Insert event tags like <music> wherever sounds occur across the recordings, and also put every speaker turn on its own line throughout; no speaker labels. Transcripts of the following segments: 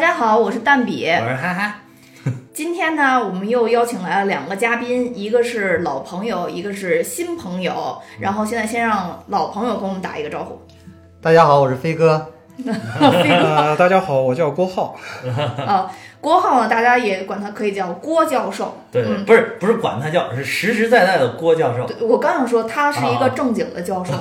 家好，我是蛋比。
我是哈哈，
今天呢，我们又邀请来了两个嘉宾，一个是老朋友，一个是新朋友。然后现在先让老朋友跟我们打一个招
<laughs>
呼。
大家好，我是飞哥。
啊，大家好，我叫郭浩。
呃郭浩呢，大家也管他可以叫郭教授。
对对，不是不是管他叫，是实实在在的郭教
嗯
授。
对我刚想说他是一个正经的
<laughs>
教授， <laughs>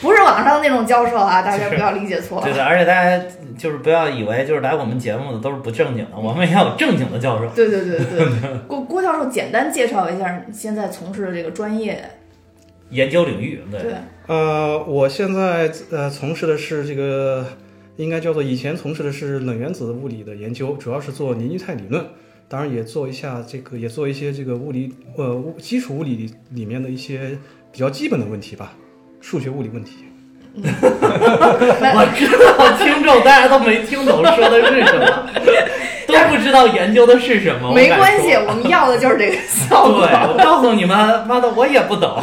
不是网上那种教授
<laughs>
啊，大家不要理解错
对。的，而且大家就是不要以为就是来我们节目的都是不正经的，我们也有正经的教授。
对对对对对，郭郭教授简单介绍一下你现在从事的这个专业。
研究领域，对
对，
呃，我现在呃从事的是这个，呃应该叫做以前从事的是冷原子物理的研究，主要是做凝聚态理论，当然也做一下这个，也做一些这个物理呃物基础物理里面的一些比较基本的问题吧，数学物理问题。
我知道 <laughs> 听众大家都没听懂说的
<laughs>
是什么，都不知道研究的是什么。
没
我敢
关系，
说
我们要的就是这个效
对，
果。
我告诉你们，妈的，我也
<laughs>
不懂。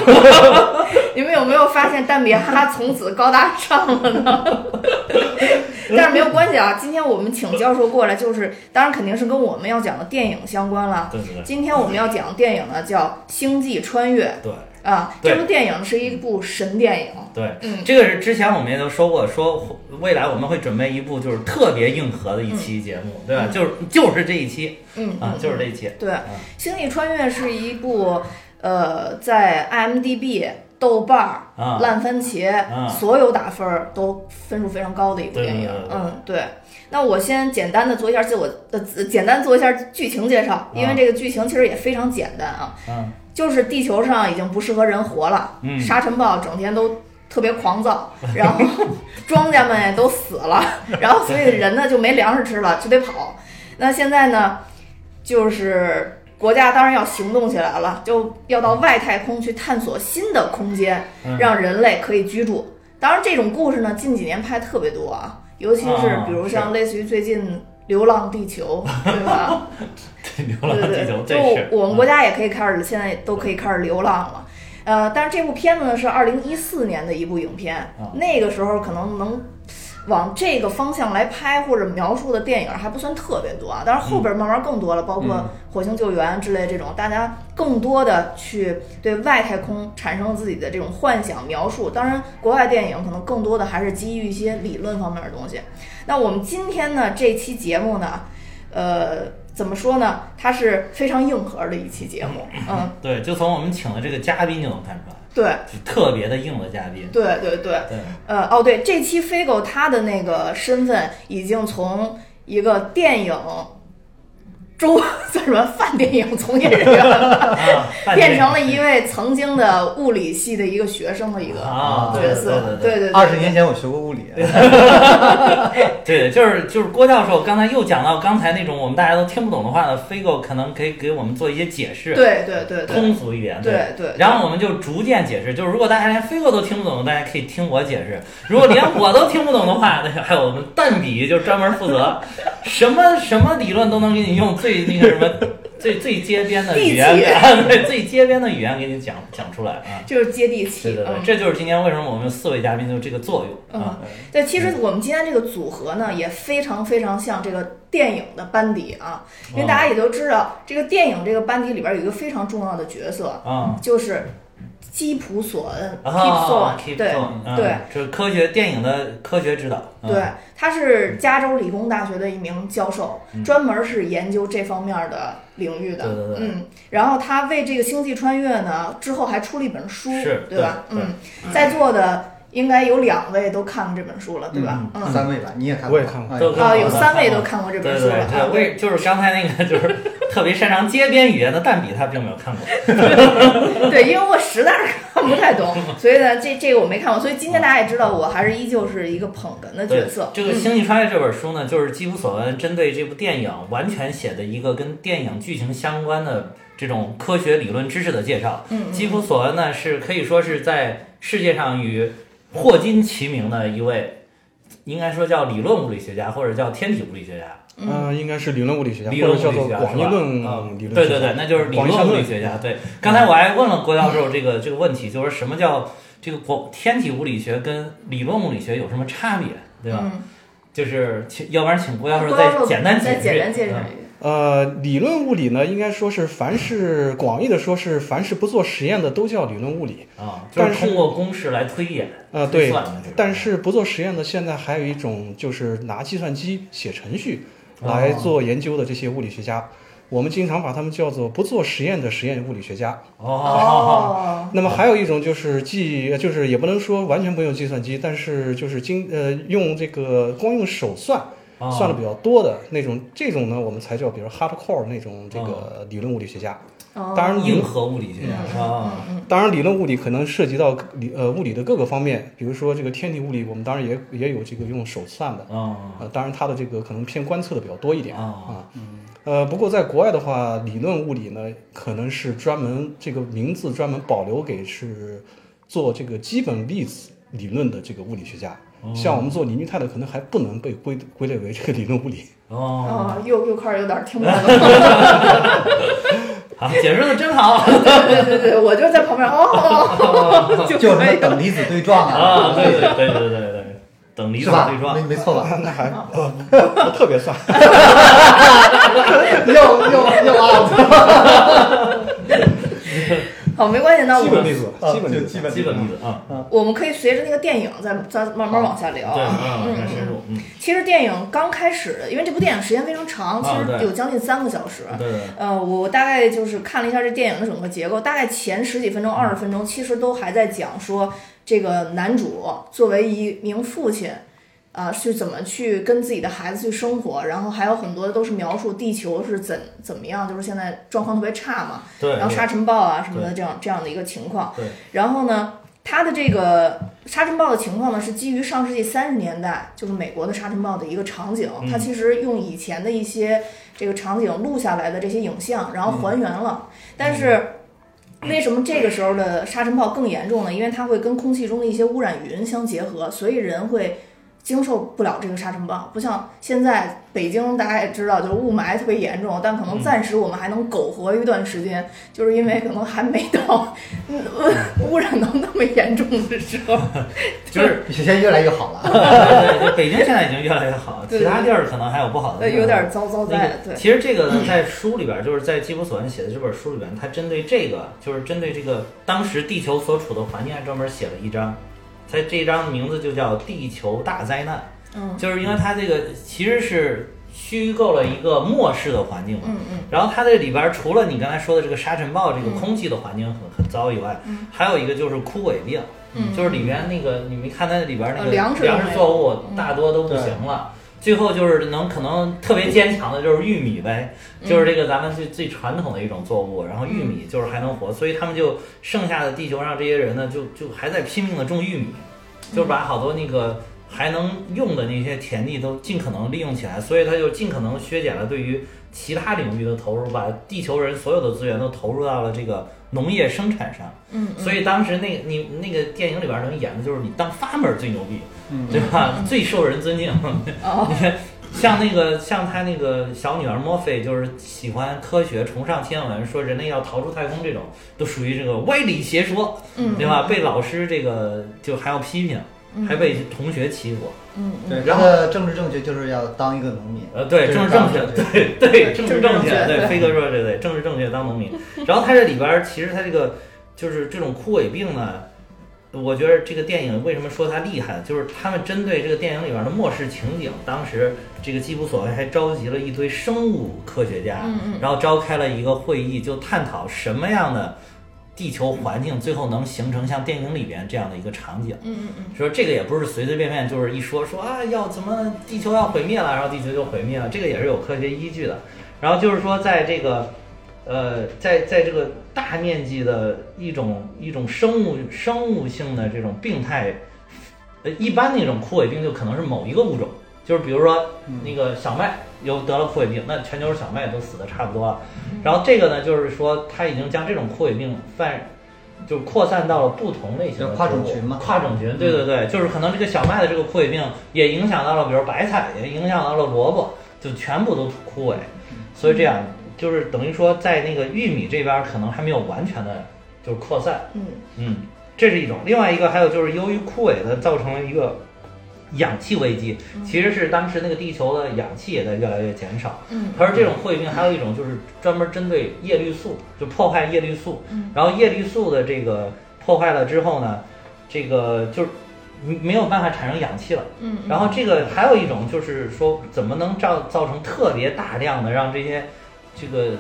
你们有没有发现蛋比哈哈从此高大上了呢？ <laughs> 但是没有关系啊，今天我们请教授过来，就是当然肯定是跟我们要讲的电影相关了。
对对对
今天我们要讲的电影呢叫《星际穿越
对》
啊，
对
这部电影是一部神电影。
对，
嗯
这个是之前我们也都说过，说未来我们会准备一部就是特别硬核的一期节目，对吧？
嗯
就是就是这一期
嗯 <laughs>
啊，就是这一期。
对，《星际穿越》是一部呃，在 IMDB、豆瓣儿、
啊
烂番茄、
啊
所有打分儿都分数非常高的一部
对
电影。
对对对
嗯，对。那我先简单的做一下自我呃，自简单做一下剧情介绍，因为
啊
这个剧情其实也非常简单啊，
嗯
就是地球上已经不适合人活了，
嗯
沙尘暴整天都特别狂躁，然后
<laughs>
庄稼们也都死了，然后所以人呢就没粮食吃了，就得跑。那现在呢，就是国家当然要行动起来了，就要到外太空去探索新的空间，
嗯
让人类可以居住。当然，这种故事呢，近几年拍特别多啊，尤其是
啊
比如像类似于最近《流浪地球》，对吧？ <laughs>
对，流
对
浪
对
地
对，
球，这嗯是
就我们国家也可以开始，现在都可以开始流浪了。
嗯
呃，但是这部片子呢是二零一四年的一部影片，
啊
那个时候可能能往这个方向来拍或者描述的电影还不算特别多啊，但是后边慢慢更
嗯
多了，包括《火星救援》之类这种，大家更多的去对外太空产生自己的这种幻想描述。当然，国外电影可能更多的还是基于一些理论方面的东西。那我们今天呢这期节目呢，呃，怎么说呢？它是非常硬核的一期节目，嗯，
对，就从我们请的这个嘉宾就能看出来，
对，
就特别的硬的嘉宾。
对对对，
对，
呃，哦对，这期飞狗他的那个身份已经从一个电影周 <laughs> 叫什么泛电影从业人员了，
啊半天
变成了一位曾经的物理系的一个学生的一个
啊，对
角
对对
色，
对
对对，
<laughs> 二十年前我学过物理，啊
对，就是就是郭教授刚才又讲到刚才那种我们大家都听不懂的话呢，飞狗可能可以给我们做一些解释，
对对对对
通俗一点，
对对，
然后我们就逐渐解释，就是如果大家连飞哥都听不懂，大家可以听我解释；如果连我都听不懂的话， <laughs> 那还有我们蛋比就专门负责，什么什么理论都能给你用最那个什么最最街边的语言
地铁，
<laughs> 对最街边的语言给你讲讲出来啊！
就是接地
对
气，
对对
嗯，。
这就是今天为什么我们有四位嘉宾就这个作用啊！
对，其实我们今天这个组合呢，也非常非常像这个电影的班底啊，因为大家
哦
也都知道，这个电影这个班底里边有一个非常重要的角色，
啊
就是基普索恩 k
啊
e e p
，keep
s o n
going，嗯
对，
这是科学电影的科学指导，嗯
对对，他是加州理工大学的一名教授，专门是研究这方面的领域的。
嗯对对对
嗯，然后他为这个星际穿越呢，之后还出了一本书，
是
对吧？
对对
嗯，在座的应该有两位都看过这本书了，对吧？嗯，
三位吧，你也看过，
我也看过
哎
都看
啊，
过
有三位都看过这
对
本书
嗯对
了。啊
对，为就是刚才那个就是特别擅长街边语言的蛋比，他并没有看过。
对，因为我实在是看不太
<laughs>
懂，所以呢，这这个我没看过，所以今天大家也知道，我还是依旧是一个捧哏的
对
呃角色。嗯
这个《星际穿越》这本书呢，就是基普索恩针对这部电影完全写的一个跟电影剧情相关的这种科学理论知识的介绍。
嗯嗯
基普索恩呢是可以说是在世界上与霍金齐名的一位，应该说叫理论物理学家或者叫天体物理学家。
嗯、应该是理论物理学家，
理
或
论物
者
理学
叫
家是
做
吧
广义论
啊
理论学家。
对对对，那就是理
广义嗯
论
相
物
对
理学家。对，刚才我还问了郭教授这个这个问题，就是什么叫这个广天体物理学跟理论物理学有什么差别，对吧？
嗯，
就是请，要不然请郭教授
郭教授
简单
再
解
简
释
单介绍
嗯
一
呃，理论物理呢，应该说是凡是广义的说是凡是不做实验的都叫理论物理。
啊，就
但
是
是
通过公式来推演
呃，
推
对，
算的这种
但是不做实验的，现在还有一种就是拿计算机写程序来做研究的这些物理学家，我们经常把他们叫做不做实验的实验物理学家。
下。
哦，
哦，
那么还有一种就是计，呃就是也不能说完全不用计算机，但是就是经呃用这个光用手算
哦
算的比较多的那种，这种呢我们才叫比如 hardcore 那种这个理论物理学家。
哦嗯
当然
硬核物理学家啊，
当然，理论物理可能涉及到理呃物理的各个方面，比如说这个天体物理，我们当然也也有这个用手算的，
嗯
呃，当然它的这个可能偏观测的比较多一点
啊
啊。呃，不过在国外的话，理论物理呢，可能是专门这个名字专门保留给是做这个基本粒子理论的这个物理学家，像我们做凝聚态的，可能还不能被归归类为这个理论物 <laughs> 理。
哦，
哦，又又开始有点听不懂
<laughs>
了。
好，解释的真
<laughs>
好
对对对，我就在旁边
<laughs>
哦，
就是
没
那
有。
等离子对撞
啊，
啊，
对对对对对对，等离
是
子
吧？
对撞
没没错吧？
那还呃不特别算。
又又又 <laughs> out，
好，没关系，那我
基本粒子，
啊
基本粒
就
子，
基本
基本粒子啊，
我们可以随着那个电影再再慢慢往下聊
对，
啊。
嗯，很深入，嗯，
其实电影刚开始，因为这部电影时间非常长，其
啊
实
对
有将近三个小时。
对对，
呃，我大概就是看了一下这电影的整个结构，大概前十几分钟、二十分钟，其实都还在讲说这个男主作为一名父亲，啊、是怎么去跟自己的孩子去生活，然后还有很多都是描述地球是怎怎么样，就是现在状况特别差嘛，
对，
然后沙尘暴啊什么的这样这样的一个情况。
对
然后呢，它的这个沙尘暴的情况呢，是基于上世纪三十年代就是美国的沙尘暴的一个场景，
嗯
它其实用以前的一些这个场景录下来的这些影像，然后还原
嗯
了，但是。为什么这个时候的沙尘暴更严重呢？因为它会跟空气中的一些污染云相结合，所以人会经受不了这个沙尘暴。不像现在北京，大家也知道，就是雾霾特别严重，但可能
嗯
暂时我们还能苟活一段时间，就是因为可能还没到嗯呃污染到那么严重的时候，
就是。
现在越来越好
<laughs>
了。
对对，北京现在已经越来越好，
对
其他地儿可能还有不好的
呃
地方。
有点糟糟
那
在，
个，
对，
其实这个呢，在书里边儿，就是在基普索恩写的这本书里边，他针对这个，就是针对这个当时地球所处的环境，还专门写了一章。他这一章名字就叫《地球大灾难》，
嗯
就是因为它这个其实是虚构了一个末世的环境嘛。
嗯嗯，
然后它这里边儿除了你刚才说的这个沙尘暴，这个
嗯
空气的环境很很糟以外
嗯，
还有一个就是枯萎病，
嗯
就是里边那个你没看它里边那
呃
个
粮
粮
食都没有嗯
食作物大多都不行了。最后就是能可能特别坚强的就是玉米呗，
嗯
就是这个咱们最最传统的一种作物，然后玉米就是还能活，所以他们就剩下的地球上这些人呢，就就还在拼命的种玉米，就是把好多那个还能用的那些田地都尽可能利用起来，所以他就尽可能削减了对于其他领域的投入，把地球人所有的资源都投入到了这个农业生产上。
嗯嗯
所以当时那个你那个电影里边能演的就是你当 farmer 最牛逼，
嗯
对吧？最受人尊敬。
哦，
像那个像他那个小女儿墨菲，就是喜欢科学、崇尚天文，说人类要逃出太空这种，都属于这个歪理邪说，
嗯
对吧？被老师这个就还要批评，还
嗯
被同学欺负。
嗯嗯
对，他的政治正确就是要当一个农民。
呃，对，
对
政治正确
当，
对
对
对，政治
政治
正
正确
确，对
对，
飞哥说的对对，政治正确当农民。然后他这里边儿其实他这个就是这种枯萎病呢，我觉得这个电影为什么说它厉害，就是他们针对这个电影里边的末世情景，当时这个基普索恩还召集了一堆生物科学家，
嗯嗯
然后召开了一个会议，就探讨什么样的地球环境最后能形成像电影里边这样的一个场景。
嗯嗯
说这个也不是随随便便，就是一说说啊要怎么地球要毁灭了，然后地球就毁灭了，这个也是有科学依据的。然后就是说，在这个呃，在在这个大面积的一种一种生物生物性的这种病态，呃，一般那种枯萎病就可能是某一个物种，就是比如说
嗯
那个小麦有得了枯萎病，那全球小麦都死的差不多了。然后这个呢，就是说它已经将这种枯萎病泛。就扩散到了不同类型的
就跨种
作物
群嗯嘛
跨种群，对对对，就是可能这个小麦的这个枯萎病也影响到了，比如白菜，也影响到了萝卜，就全部都枯萎。
嗯
所以这样就是等于说，在那个玉米这边儿可能还没有完全的，就是扩散。
嗯
嗯，这是一种。另外一个还有就是，由于枯萎的造成了一个氧气危机，其实是当时那个地球的氧气也在越来越减少。
嗯
可是这种肺病还有一种就是专门针对叶绿素，就破坏叶绿素
嗯，
然后叶绿素的这个破坏了之后呢，这个就是没有办法产生氧气了。
嗯，
然后这个还有一种就是说，怎么能造造成特别大量的让这些这个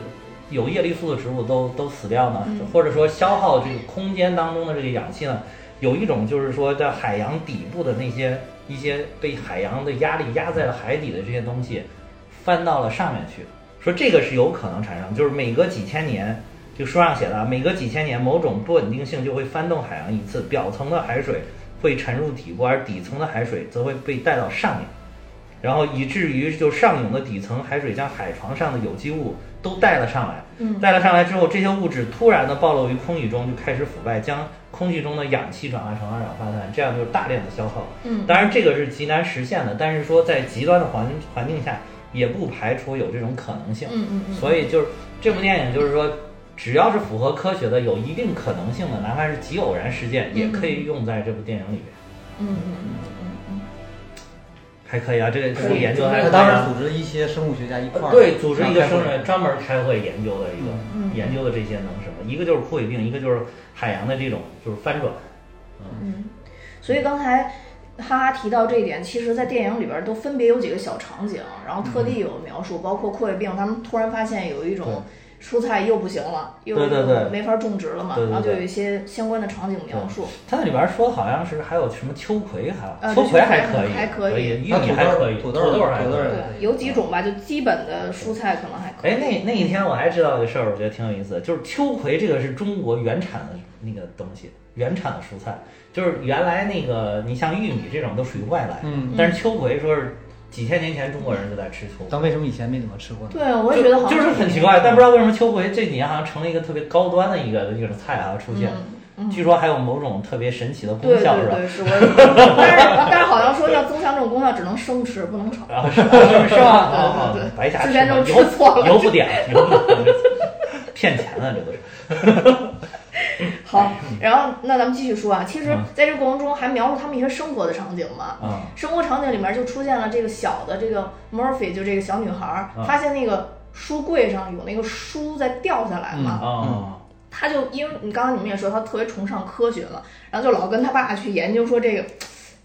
有叶绿素的植物都都死掉呢
嗯？
或者说消耗这个空间当中的这个氧气呢？有一种就是说，在海洋底部的那些一些被海洋的压力压在了海底的这些东西，翻到了上面去。说这个是有可能产生，就是每隔几千年，这个书上写的啊，每隔几千年某种不稳定性就会翻动海洋一次，表层的海水会沉入底部，而底层的海水则会被带到上游，然后以至于就上涌的底层海水将海床上的有机物都带了上来，
嗯
带了上来之后，这些物质突然的暴露于空气中，就开始腐败，将空气中的氧气转化成二氧化碳，这样就是大量的消耗。
嗯
当然这个是极难实现的，但是说在极端的环环境下，也不排除有这种可能性。
嗯嗯嗯，
所以就是这部电影，就是说，只要是符合科学的，有一定可能性的，哪怕是极偶然事件，也可以用在这部电影里面。
嗯嗯嗯嗯
还可以啊，这个这个研究还
他
是呃
当时组织一些生物学家一块儿
对组织一个生
开
人
会
专门开会研究的一个、
嗯
研究的这些能什么，一个就是枯萎病，一个就是海洋的这种就是翻转。
嗯，所以刚才哈哈提到这一点，其实，在电影里边都分别有几个小场景，然后特地有描述，包括阔胃病，他们突然发现有一种蔬菜又不行了，又
对对对
没法种植了嘛，
对对对
然后就有一些相关的场景描述。
它那里边说好像是还有什么秋葵，还
呃对
有秋
秋
葵
葵
可以，
还可以
玉
那
米还可以，
啊土豆
豆
儿土豆儿
还
土豆
可
儿
以。
对，有几种吧，就基本的蔬菜可能还可以。
哎，那那一天我还知道这事儿，我觉得挺有意思的，就是秋葵这个是中国原产的那个东西，原产的蔬菜，就是原来那个你像玉米这种都属于外来，
嗯，
但是秋葵说是几千年前中国人就在吃秋葵。
但为什么以前没怎么吃过呢？
对，我也觉得好像
就是很奇怪，但不知道为什么秋葵这几年好像成了一个特别高端的一个一种菜啊出现，
嗯
据说还有某种特别神奇的功
对
效
对
是
对，是我
吧？
也觉得，但是但是好像说要增强这种功效，只能生吃，不能炒。
然后是 <laughs> 吧？是吧？
对
哦
对对
白瞎
之前
了
就吃错了
油油不点，油不点， <laughs> 骗钱了这都是。
好，
嗯
<laughs> 然后那咱们继续说啊，其实在这个过程中还描述他们一些生活的场景嘛。
嗯
生活场景里面就出现了这个小的这个 Murphy，就这个小女孩儿，
嗯
发现那个书柜上有那个书在掉下来嘛，
哦，
她就因为你刚刚你们也说她特别崇尚科学嘛，然后就老跟她爸去研究说这个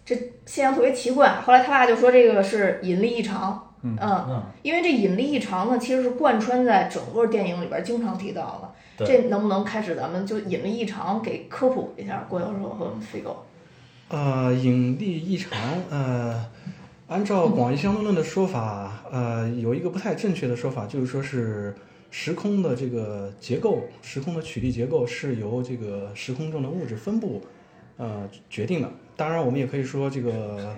这现象特别奇怪。后来她爸就说这个是引力异常，嗯。
嗯，
因为这引力异常呢，其实是贯穿在整个电影里边经常提到的。
对
这能不能开始咱们就引力异常给科普一下郭教授和飞狗？
呃，引力异常，呃，按照广义相对论的说法，呃，有一个不太正确的说法，就是说是时空的这个结构，时空的曲率结构是由这个时空中的物质分布，呃，决定的。当然，我们也可以说这个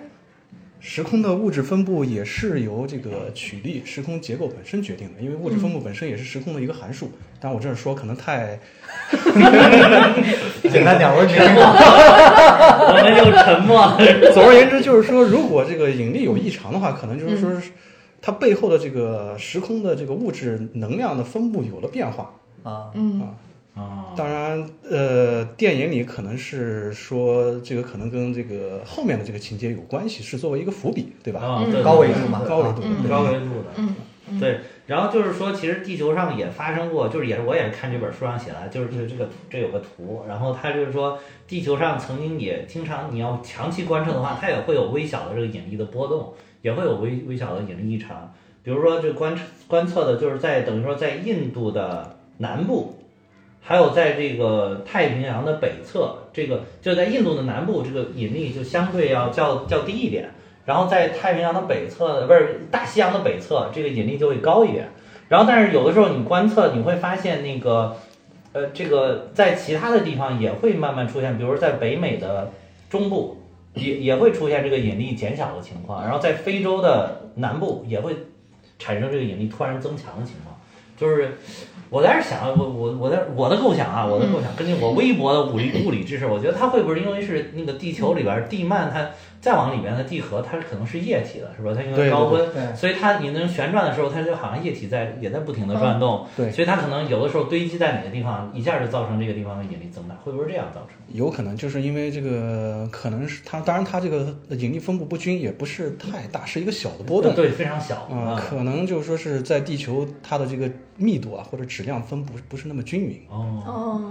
时空的物质分布也是由这个曲率、时空结构本身决定的，因为物质分布本身也是时空的一个函数。但我这样说可能太
简单点，我只听过。
我们又沉默了。
<laughs> 总而言之，就是说，如果这个引力有异常的话，可能就是说，是它背后的这个时空的这个物质能量的分布有了变化。
啊，
嗯
哦
当然，呃，电影里可能是说这个可能跟这个后面的这个情节有关系，是作为一个伏笔，对吧？
哦对
高维度嘛，
高维度
嗯
啊高维度的。
嗯
对，然后就是说，其实地球上也发生过，就是也我也是看这本书上写的，就是这个这个这有个图，然后它就是说，地球上曾经也经常你要长期观测的话，它也会有微小的这个引力的波动，也会有微微小的引力异常。比如说，这观测观测的就是在等于说在印度的南部，还有在这个太平洋的北侧，这个就在印度的南部，这个引力就相对要较较低一点。然后在太平洋的北侧，不是大西洋的北侧，这个引力就会高一点。然后，但是有的时候你观测，你会发现那个，呃，这个在其他的地方也会慢慢出现，比如在北美的中部也也会出现这个引力减小的情况，然后在非洲的南部也会产生这个引力突然增强的情况。就是我在这想，我我我在我的构想啊，我的构想，
嗯
根据我微薄的物理物理知识，我觉得它会不会因为是那个地球里边地幔，它再往里面的地核，它可能是液体的，是吧？它因为
对
高温，
对
所以它你能旋转的时候，它就好像液体在也在不停的转动，
嗯对
所以它可能有的时候堆积在哪个地方，一下就造成这个地方的引力增大，会不会是这样造成？
有可能就是因为这个，可能是它，当然它这个引力分布不均，也不是太大，是一个小的波动。
对，非常小
啊、
啊。
可能就是说是在地球它的这个密度啊或者质量分布不是那么均匀。
哦
哦，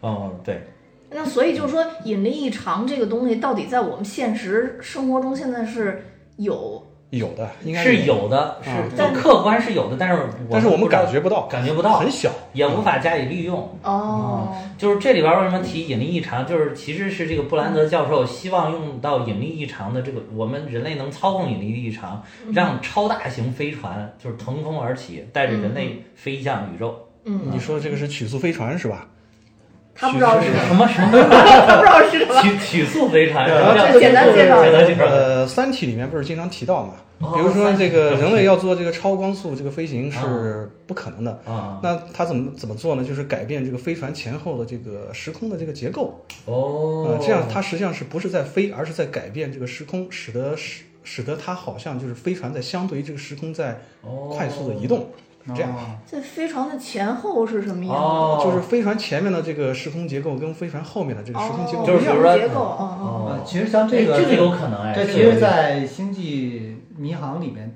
哦，对，
那所以就是说，引力异常这个东西到底在我们现实生活中现在是有
有的，应该
是，有的，是
啊
就客观是有的，但是
但是我们
不知道
感觉不到，
感觉不到
很，小，
也无法加以利用。
哦，
就是这里边为什么提引力异常，就是其实是这个布兰德教授希望用到引力异常的这个，我们人类能操控引力异常，让超大型飞船就是腾空而起，带着人
嗯
类飞向宇宙。
嗯，
你说这个是曲速飞船是吧？
他不知道是
是
什
<laughs>
么，
什么什么
他不知道是什么，
曲曲速飞船，
然后
什么
这
叫
简单介绍
简单介绍。
呃，《三体》里面不是经常提到嘛？
哦
比如说这个
三体
人类要做这个超光速这个飞行
啊
是不可能的。
啊，
那他怎么怎么做呢？就是改变这个飞船前后的这个时空的这个结构，
哦
呃，，这样它实际上是不是在飞，而是在改变这个时空，使得使使得它好像就是飞船在相对于这个时空在
哦
快速的移动，是这样。
样，
这飞船的前后是什么样？
哦，
就是飞船前面的这个时空结构跟飞船后面的这个时空结构
哦
就是
不一
比
样
如说
结构，哦
哦
呃，其实像这个
哎这个有可能哎，
这
这
其
个有
实，在《星际迷航》里面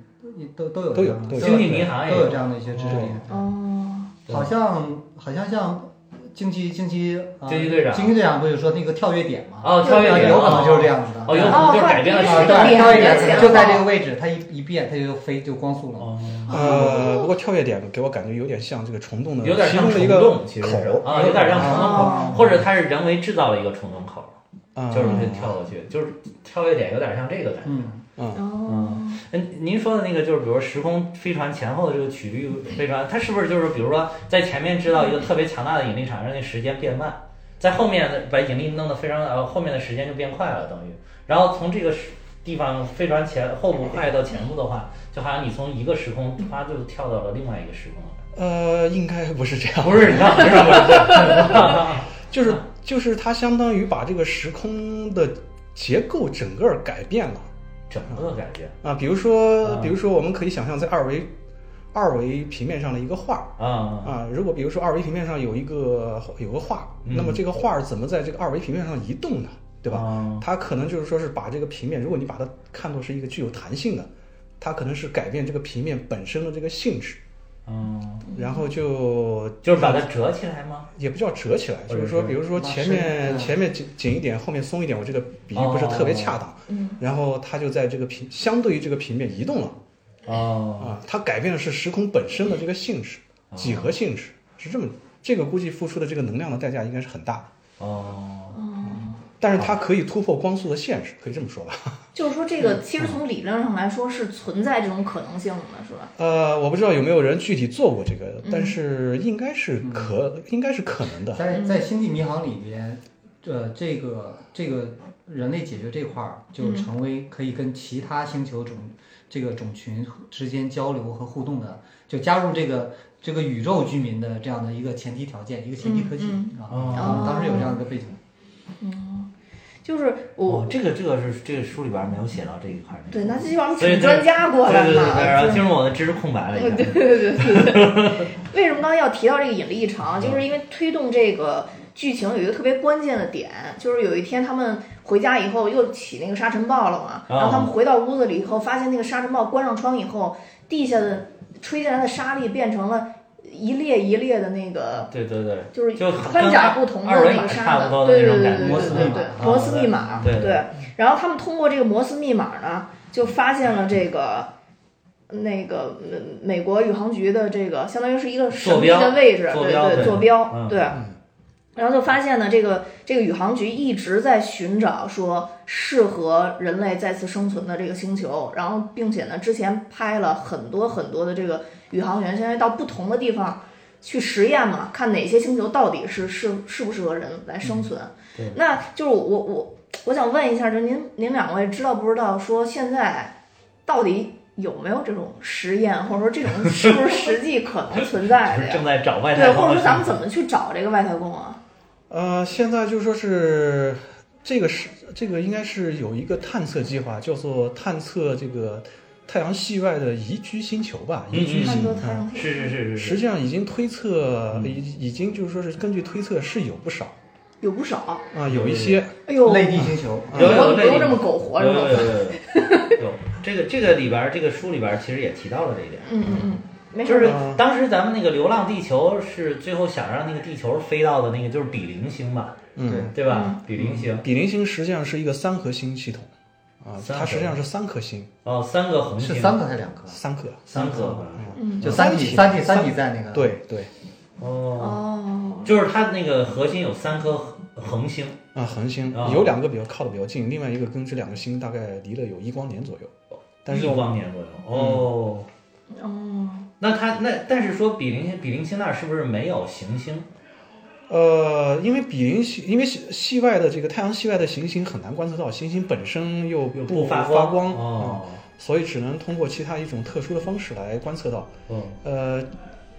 都都有
都
这
有
样的
都有
星际迷航也
都
有
有这样的一些知识点
哦，哦，
对
好像好像像惊奇惊奇呃
惊奇队长
惊奇队长不是说那个跳跃点嘛？
哦跳跃
啊
点
有可能就是这样子的。
哦，有可
啊
能就是改变了
哦
时
是
空
的
对，跳跃
了解了
点就在这个位置，它一一变，它就飞就光速了。
哦
呃，不过跳跃点给我感觉有点像这个虫洞的，
有点像
其中的一
虫
个
洞，其实是
口
啊，有点像虫洞口，
哦
或者它是人为制造了一个虫洞口，
啊，
就是这跳过去，就是跳跃点有点像这个感觉。
嗯，
哦，
嗯，您说的那个就是，比如时空飞船前后的这个曲率飞船，它是不是就是，比如说在前面制造一个特别强大的引力场，让那时间变慢，在后面的把引力弄得非常呃，后面的时间就变快了，等于，然后从这个时地方飞船前后部快到前部的话，就好像你从一个时空啪就跳到了另外一个时空了。
呃，应该不是这样，
不是，你看，不是不是
就是
啊
就是它相当于把这个时空的结构整个儿改变了
<laughs> 整个感觉
啊，比如说比如说我们可以想象在二维二维平面上的一个画，
啊，
啊，如果比如说二维平面上有一个有个画，
嗯
那么这个画儿怎么在这个二维平面上移动呢？对吧？
哦
它可能就是说是把这个平面，如果你把它看作是一个具有弹性的，它可能是改变这个平面本身的这个性质，
嗯，
然后就
就是把它折起来吗？
也不叫折起来，
或
就
者
是说，
是啊
比如说
拉
前
伸
面
嗯
前面紧紧一点，后面松一点，我这个比喻不是特别恰当。
嗯
然后它就在这个平相对于这个平面移动了
哦，
啊，它改变的是时空本身的这个性质，几何性质是这么。这个估计付出的这个能量的代价应该是很大的。
哦，
但是它可以突破光速的限制，可以这么说吧？
就是说这个其实从理论上来说是存在这种可能性的，是吧？
呃，我不知道有没有人具体做过这个，但是应该是可，应该是可能的。
嗯
在在《星际迷航》里边，呃，这个这个人类解决这块儿，
嗯
就成为可以跟其他星球种这个种群之间交流和互动的，就加入这个这个宇宙居民的这样的一个前提条件，一个前提科技
嗯
啊
哦。
当当时有这样的一个背景，
就是我
哦，这个这个是这个书里边没有写到这一块儿。
对，那这帮我们
所以
请
这
专家过来
对对对对，然后
嘛。
进入我的知识空白了已
对
经。
对对对对，为什么刚才要提到这个引力异常？就是因为推动这个剧情有一个特别关键的点，就是有一天他们回家以后又起那个沙尘暴了嘛，然后他们回到屋子里以后，发现那个沙尘暴关上窗以后，地下的吹进来的沙粒变成了一列一列的那个
对对对，
就是
就
宽窄不同的
二维
那
码
个
差
沙
不
子，
多的
对
那
对
种
对对
感觉。
对对对，摩斯密码，
啊对
对。然后他们通过这个摩斯密码呢，就发现了这个那个呃美国宇航局的这个相当于是一个神秘的位置，
坐
对
标
对，
坐
坐标
嗯
对。然后就发现呢，这个这个宇航局一直在寻找说适合人类再次生存的这个星球，然后并且呢，之前拍了很多很多的这个宇航员，现在到不同的地方去实验嘛，看哪些星球到底是适适不适合人来生存。
嗯对
那就是我我我我想问一下，就您您两位知道不知道说现在到底有没有这种实验，或者说这种是不是实际可能存在的
就是正
哎呀？
在找外
对，
太
或
空
者
的
说咱们
信
怎么去找这个外太空啊？
呃，现在就说是这个是这个应该是有一个探测计划，叫做探测这个太阳系外的宜居星球吧，宜居
嗯
探
星
测
球。
太阳
息是是是是
实
是，
际上已经推测，
嗯
已已经就是说是根据推测是有不少
有不少，
啊，有一些
哎呦，
类地星球，
啊
不
有有
用不
类地
用这么苟活
有
是
有
吧？
有有有有这个这个里边儿这个书里边儿其实也提到了这一点。
嗯嗯嗯，没事
就
儿，
是
嗯
当时咱们那个《流浪地球》是最后想让那个地球飞到的那个就是比邻星嘛，
嗯，
对吧？比邻星
比邻星实际上是一个三颗星系统啊，
三啊颗
它实际上是三颗星，
哦，三个恒星
是三颗还是两颗？
三颗，
三颗，
嗯，
就三体，三体，三体
三
在那个
对对
哦，
哦，
就是它那个核心有三颗恒恒星
啊，恒星
啊
有两个比较靠的比较近，另外一个跟这两个星大概离了有一光年左右，但是嗯
一光年左右哦。
哦，
那它那但是说比邻星比邻星那儿是不是没有行星？
呃，因为比邻系，因为系系外的这个太阳系外的行星很难观测到，行星本身又
又
不
发
光，啊
哦
所以只能通过其他一种特殊的方式来观测到。
哦
呃，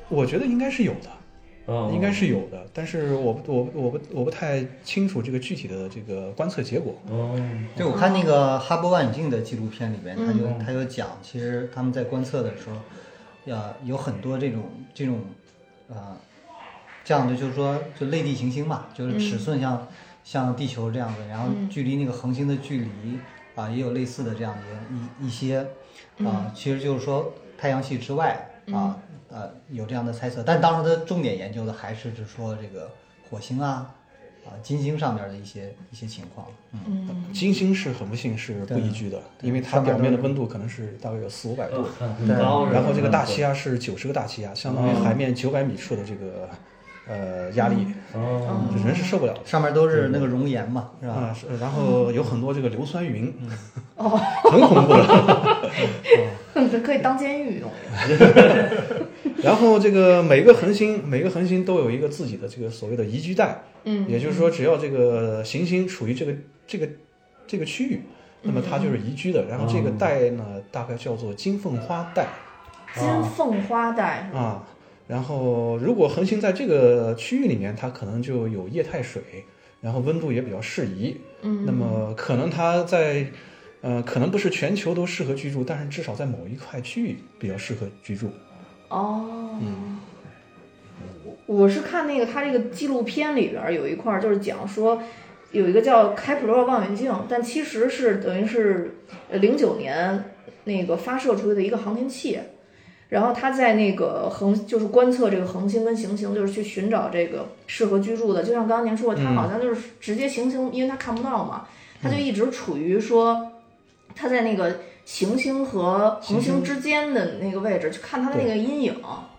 我觉得应该是有的，
哦，
应该是有的，但是我不我不我不我不太清楚这个具体的这个观测结果。
哦
对，我看那个哈勃望远镜的纪录片里边，他
嗯
就他有讲，其实他们在观测的时候，呀，有很多这种这种，呃，这样的就是说就类地行星嘛，就是尺寸像、像地球这样的，然后
嗯
距离那个恒星的距离啊、也有类似的这样的一一一些啊、其实就是说太阳系之外啊、呃有这样的猜测，但当时他重点研究的还是就是说这个火星啊啊、金星上面的一些一些情况，嗯。
嗯，
金星是很不幸是不宜居的，
对
因为它
上面
表面的
都是
温度可能是大概有四五百度
哦，很很
对
高，嗯
然后这个大
嗯
气压是九十个大气压，相当于海面九百米处的这个呃压力，
哦
人是受不了的。
上面都是那个熔岩嘛，
嗯
嗯是吧？嗯
啊，是，然后有很多这个硫酸云，
哦，
很恐怖的。 <laughs>
这嗯可以当监狱用。
然后这个每个恒星，每个恒星都有一个自己的这个所谓的宜居带，
嗯，
也就是说，只要这个行星处于这个这个这个区域，那么它就是宜居的。然后这个带呢，大概叫做金凤花带
哦
金凤花带是吧？
啊。然后如果恒星在这个区域里面，它可能就有液态水，然后温度也比较适宜。
嗯，
那么可能它在，呃，可能不是全球都适合居住，但是至少在某一块区域比较适合居住。
哦，我我是看那个他这个纪录片里边儿有一块儿就是讲说。有一个叫开普勒望远镜，但其实是等于是呃零九年那个发射出去的一个航天器，然后它在那个恒就是观测这个恒星跟行星，就是去寻找这个适合居住的。就像刚刚您说的，它好像就是直接行星，因为它看不到嘛，它就一直处于说它在那个行星和恒星之间的那个位置，去看它的那个阴影。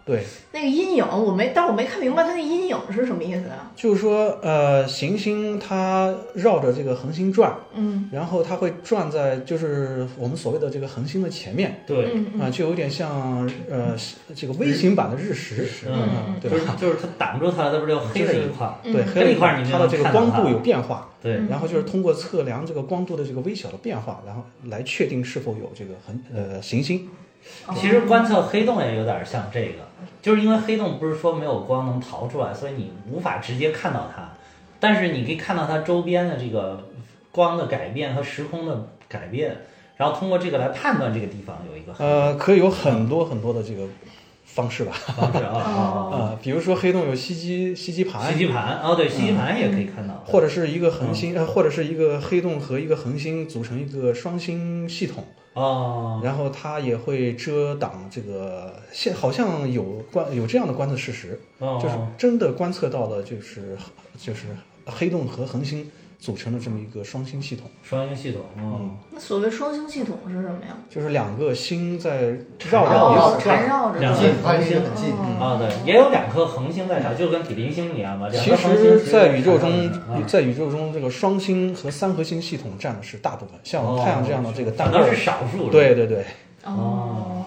对，
那个阴影我没，但我没看明白它那阴影是什么意思啊？
就是说，呃，行星它绕着这个恒星转，
嗯
然后它会转在就是我们所谓的这个恒星的前面
对，
嗯
啊、就有点像呃这个微型版的日食，
嗯
嗯，对
就
吧？
是就是它挡住它，它不是就黑了一块儿？
对，
嗯
黑了
那块儿你就
它的这个
能看
光
到它
度有变化，
对，
嗯
然后就是通过测量这个光度的这个微小的变化，然后来确定是否有这个恒呃行星。
其实观测黑洞也有点像这个，就是因为黑洞不是说没有光能逃出来，所以你无法直接看到它，但是你可以看到它周边的这个光的改变和时空的改变，然后通过这个来判断这个地方有一个黑
呃，可以有很多很多的这个方式吧。
洞方式啊啊啊啊
呃，比如说黑洞有吸积吸积
啊，吸
盘，
积盘嗯哦，对，吸积盘也可以看到，
或者是一个恒星，呃，或者是一个黑洞和一个恒星组成一个双星系统，
哦，
然后它也会遮挡这个现，好像有观有这样的观测事实，
哦
就是真的观测到了，就是就是黑洞和恒星组成的这么一个双星系统，嗯
双星系统，哦，
那所谓双星系统是什么呀？
就是两个星在绕
哦
着，彼此
缠
转。
绕着
两
的
个
近，它离得很近。
哦
啊对，也有两颗恒星在它，就跟比邻星一样嘛，两
其
颗恒星
实，在宇宙
是
中
缠绕着的啊，
在宇宙中，这个双星和三合星系统占的是大部分，像
哦
太阳这样的这个
反
单
倒
位
是，少数，
对对对，
哦，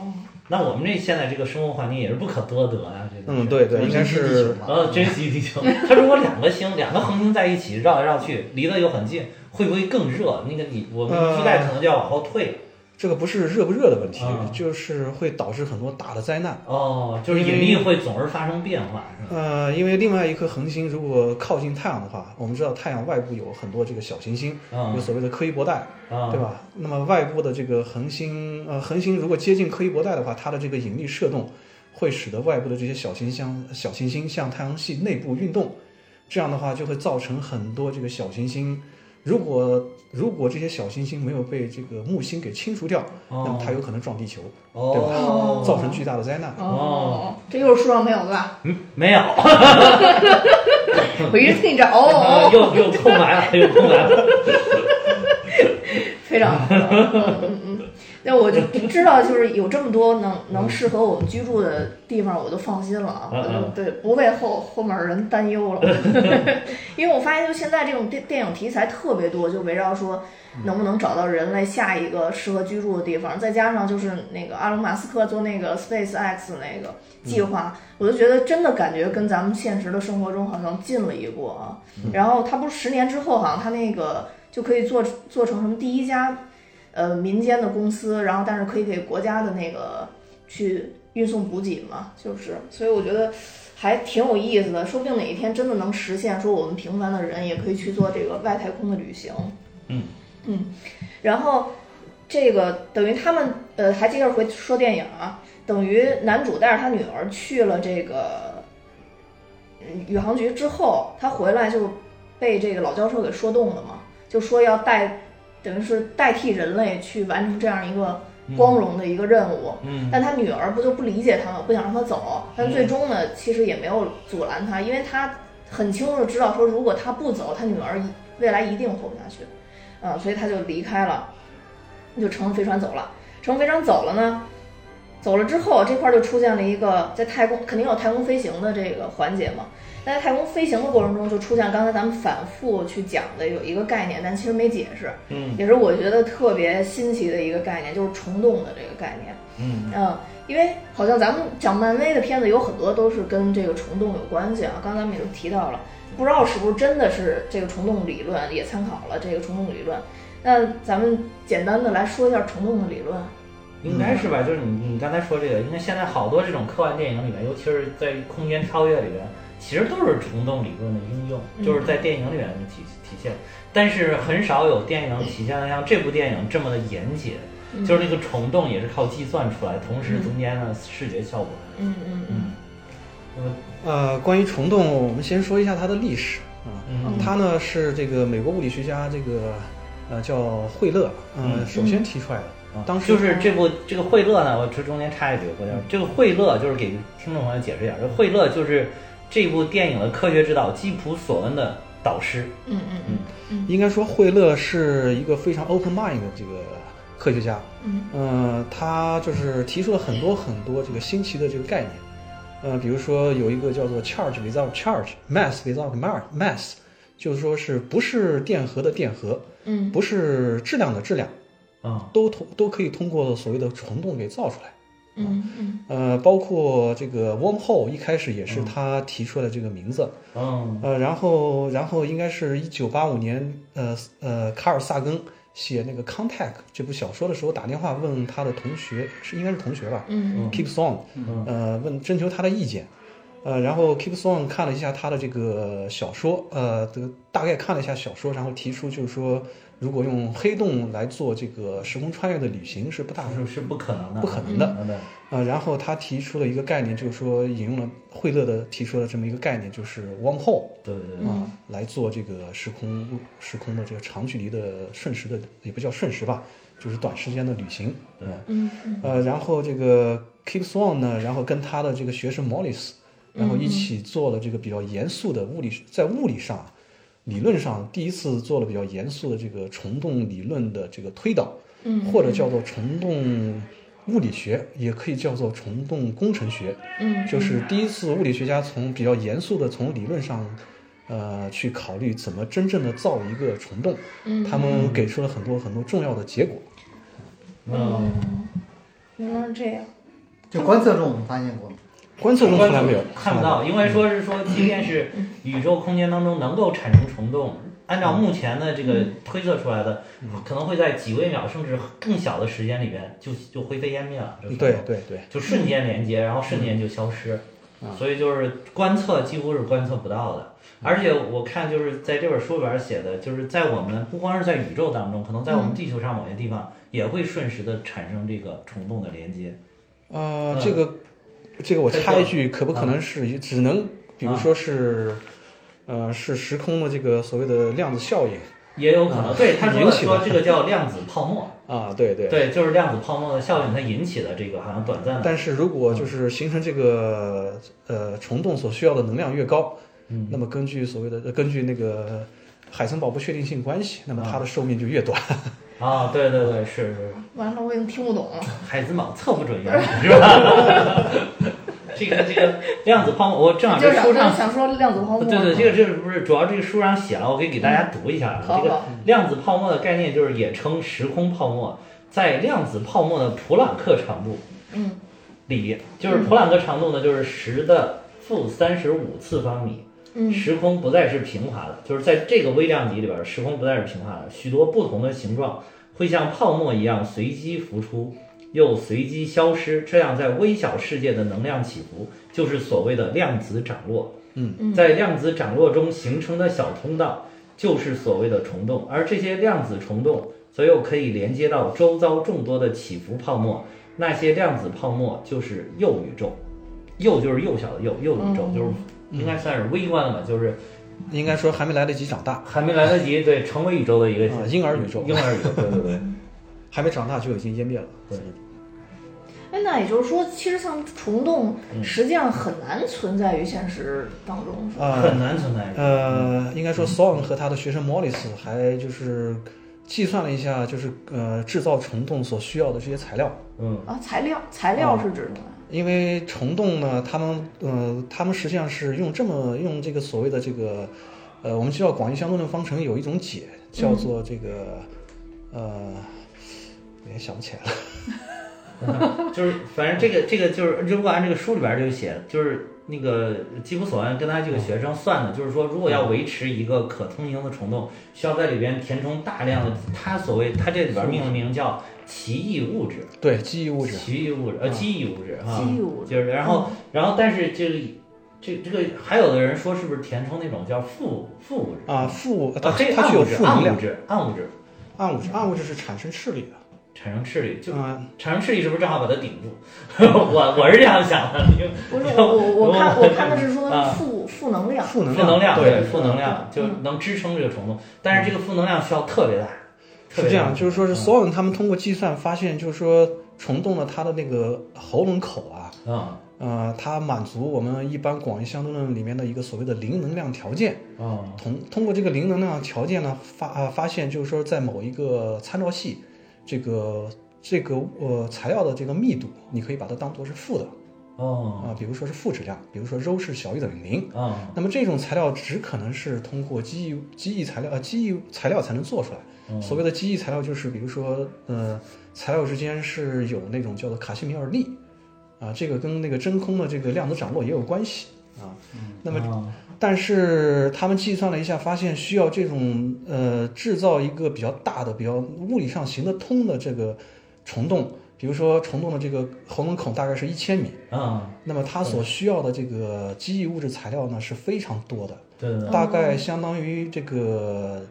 那我们这现在这个生活环境也是不可多得啊，这个
嗯，对对，
就是
应该
地球
是
嘛
呃，珍惜地球。它如果两个星、两个恒星在一起绕来绕去，离得又很近，会不会更热？那个你我们
呃
一代可能就要往后退。
这个不是热不热的问题
啊，
就是会导致很多大的灾难。
哦，就是引
嗯
力会总是发生变化，是吧？
呃，因为另外一颗恒星如果靠近太阳的话，我们知道太阳外部有很多这个小行星，有
嗯
所谓的柯伊伯带，
啊，
对吧？那么外部的这个恒星，呃，恒星如果接近柯伊伯带的话，它的这个引力射动会使得外部的这些小行星、小行星向太阳系内部运动，这样的话就会造成很多这个小行星。如果如果这些小行星没有被这个木星给清除掉，那么它有可能撞地球，
哦，
造成巨大的灾难。
哦，
这又是书上没有的吧？
嗯没有， <laughs>
我一直听着哦哦，
又又空白了，又空白了。
非常好。嗯嗯嗯，那我就知道，就是有这么多能能适合我们居住的地方，我就放心了啊。
嗯嗯
我就对，不为后后面人担忧了。 <laughs> 因为我发现，就现在这种电电影题材特别多，就围绕说能不能找到人类下一个适合居住的地方，再加上就是那个阿隆马斯克做那个 SpaceX 那个计划，我就觉得真的感觉跟咱们现实的生活中好像近了一步啊。然后他不是十年之后，好像他那个就可以做做成什么第一家呃民间的公司，然后但是可以给国家的那个去运送补给嘛，就是，所以我觉得还挺有意思的，说不定哪一天真的能实现，说我们平凡的人也可以去做这个外太空的旅行。
嗯
嗯，然后这个等于他们呃还接着回说电影啊，等于男主带着他女儿去了这个嗯宇航局之后，他回来就被这个老教授给说动了嘛，就说要代等于是代替人类去完成这样一个光荣的一个任务。
嗯
但他女儿不就不理解他吗？不想让他走，但最终呢，其实也没有阻拦他，因为他很清楚地知道说，如果他不走，他女儿一未来一定活不下去，啊、所以他就离开了，就乘飞船走了。乘飞船走了呢，走了之后，这块儿就出现了一个在太空肯定有太空飞行的这个环节嘛。但在太空飞行的过程中，就出现刚才咱们反复去讲的有一个概念，但其实没解释，
嗯
也是我觉得特别新奇的一个概念，就是虫洞的这个概念。
嗯
嗯，因为好像咱们讲漫威的片子有很多都是跟这个虫洞有关系啊，刚才咱们也都提到了，不知道是不是真的是这个虫洞理论也参考了这个虫洞理论。那咱们简单的来说一下虫洞的理论。
应该是吧？就是你你刚才说这个，因为现在好多这种科幻电影里面，尤其是在空间超越里面，其实都是虫洞理论的应用，
嗯
就是在电影里面体体现，但是很少有电影体现的像这部电影这么的严谨，
嗯
就是那个虫洞也是靠计算出来，同时中间的视觉效果。
嗯嗯嗯
嗯，那么
呃，关于虫洞，我们先说一下它的历史啊。
哦
嗯
他呢是这个美国物理学家这个呃叫惠勒，呃、
嗯
首先提出来的。
啊
当时
就是这部这个惠勒呢，我这中间插一句，我
嗯
讲这个惠勒就是给听众朋友解释一下，这惠勒就是这部电影的科学指导基普索恩的导师。
嗯嗯嗯
应该说惠勒是一个非常 open mind 的这个科学家，
嗯，
呃，他就是提出了很多很多这个新奇的这个概念，呃，比如说有一个叫做 charge without charge，mass without mar- mass，就是说是不是电荷的电荷，
嗯
不是质量的质量，
啊、
都通都可以通过所谓的虫洞给造出来。
嗯嗯
呃，包括这个 wormhole 一开始也是他提出的这个名字，
嗯，
呃，然后然后应该是一九八五年，呃呃，卡尔萨根写那个《Contact》这部小说的时候，打电话问他的同学，是应该是同学吧、
嗯
k e e p s o n 呃，问征求他的意见，呃，然后 Keep s o n 看了一下他的这个小说，呃，这个大概看了一下小说，然后提出就是说，如果用黑洞来做这个时空穿越的旅行是不大
是是不可能的，嗯
不可能的。
能的。
呃，然后他提出了一个概念，就是说引用了惠勒的提出了这么一个概念，就是 wormhole
对对
嗯
对，
啊，来做这个时空时空的这个长距离的瞬时的，也不叫瞬时吧，就是短时间的旅行。
对
嗯
呃，然后这个 Keep Swan 呢，然后跟他的这个学生 Morris，然后一
嗯
起做了这个比较严肃的物理，在物理上、理论上第一次做了比较严肃的这个虫洞理论的这个推导，
嗯，
或者叫做虫洞物理学，也可以叫做虫洞工程学。
嗯
就是第一次物理学家从比较严肃的从理论上，呃，去考虑怎么真正的造一个虫洞。
嗯
他们给出了很多很多重要的结果。
嗯，
原来是这样。
就观测中我们发现过，
观测中从来没有嗯
看不到，因为说是说，即便是宇宙空间当中能够产生虫洞，按照目前的这个
嗯
推测出来的，可能会在几微秒甚至更小的时间里边就就灰飞烟灭了。这
对
生物
对对，
就瞬间连接，然后瞬间就消失，
嗯
所以就是观测几乎是观测不到的。而且我看就是在这本书里边写的，就是在我们不光是在宇宙当中，可能在
嗯
我们地球上某些地方也会瞬时的产生这个虫洞的连接。
呃
嗯，
这个这个我
再
插
说
一句，可不可能是一只能，比如说是，呃，是时空的这个所谓的量子效应
也有可能，
啊
对他说
引
了
起
说
的
这个叫量子泡沫，
啊？对对。
对，就是量子泡沫的效应，它引起的这个好像短暂的，
但是如果就是形成这个呃虫洞所需要的能量越高，
嗯，
那么根据所谓的呃根据那个海森堡不确定性关系，那么它的寿命就越短。
啊，对对对，是是是，
完了，我已经听不懂了。
海森堡测不准原理是吧？ <laughs> 这个这个量子泡沫，我正好
就
这
是
书上
想说量子泡沫，嗯
对对，这个这个不是主要这个书上写了，我可以给大家读一下啊。
好
这个
好
量子泡沫的概念就是也称时空泡沫，在量子泡沫的普朗克长度
嗯，
里，就是普朗克长度呢，就是十的负三十五次方米。
嗯
时空不再是平滑的，就是在这个微量级里边，时空不再是平滑的，许多不同的形状会像泡沫一样随机浮出，又随机消失，这样在微小世界的能量起伏，就是所谓的量子涨落。
嗯
在量子涨落中形成的小通道，就是所谓的虫洞，而这些量子虫洞则又可以连接到周遭众多的起伏泡沫，那些量子泡沫就是铀宇宙，铀就是幼小的铀，铀宇
嗯
宙就是应该算是微观的吧，就是
应该说还没来得及长大，
还没来得及对成为宇宙的一个
啊婴儿宇宙
婴儿宇宙，对对对，
还没长大就已经湮灭了。 <laughs>
对
哎，那也就是说，其实像虫洞，实际上很难存在于现实当中，是吧？
啊、
很难存在。
呃，应该
嗯
说索恩和他的学生莫里斯还就是计算了一下，就是呃制造虫洞所需要的这些材料。
嗯
啊，材料，材料是指什么？
因为虫洞呢，他们呃，他们实际上是用这么用这个所谓的这个，呃，我们知道广义相对论方程有一种解叫做这个，呃，有点想不起来了。 <laughs>
就是反正这个这个就是，如果按这个书里边儿就写，就是那个基普索恩跟他这个学生算的，就是说，如果要维持一个可通行的虫洞，需要在里边填充大量的，他所谓他这里边儿命的名叫奇异物质，
对，记忆物质。
奇异物质呃，记忆物质啊，
记忆物质
就是然后然后但是这个这这个还有的人说是不是填充那种叫负负物质
啊，负它
啊，这
它具
暗
有
物质
负能
暗
量
物，质暗物质
暗物质，暗物质是产生斥力的。
产生斥力，就
嗯，
产生斥力是不是正好把它顶住？ <laughs> 我我是这样想的，因为
不是我我我看我看的是说
<laughs> 啊
负负能量，
负能
负能量，
对，嗯
负能量就能支撑这个虫洞，但是这个负能量需要特别大，特
是
别嗯
这
大
样，就是说是所有人他们通过计算发现，就是说虫洞的它的那个喉咙口啊，
嗯
呃，它满足我们一般广义相对论里面的一个所谓的零能量条件。
嗯
通通过这个零能量条件呢，发啊发现就是说在某一个参照系，这个这个呃材料的这个密度，你可以把它当做是负的
哦
啊、比如说是负质量，比如说鞣是小于等于零。
嗯
那么这种材料只可能是通过机翼机翼材料呃机翼材料才能做出来。
嗯
所谓的机翼材料就是，比如说呃材料之间是有那种叫做卡西米尔力啊、这个跟那个真空的这个量子涨落也有关系啊。那么
么
但是他们计算了一下，发现需要这种呃制造一个比较大的、比较物理上行得通的这个虫洞，比如说虫洞的这个喉咙孔大概是一千米，
嗯
那么它所需要的这个机翼物质材料呢是非常多的，
对对对
大概相当于这个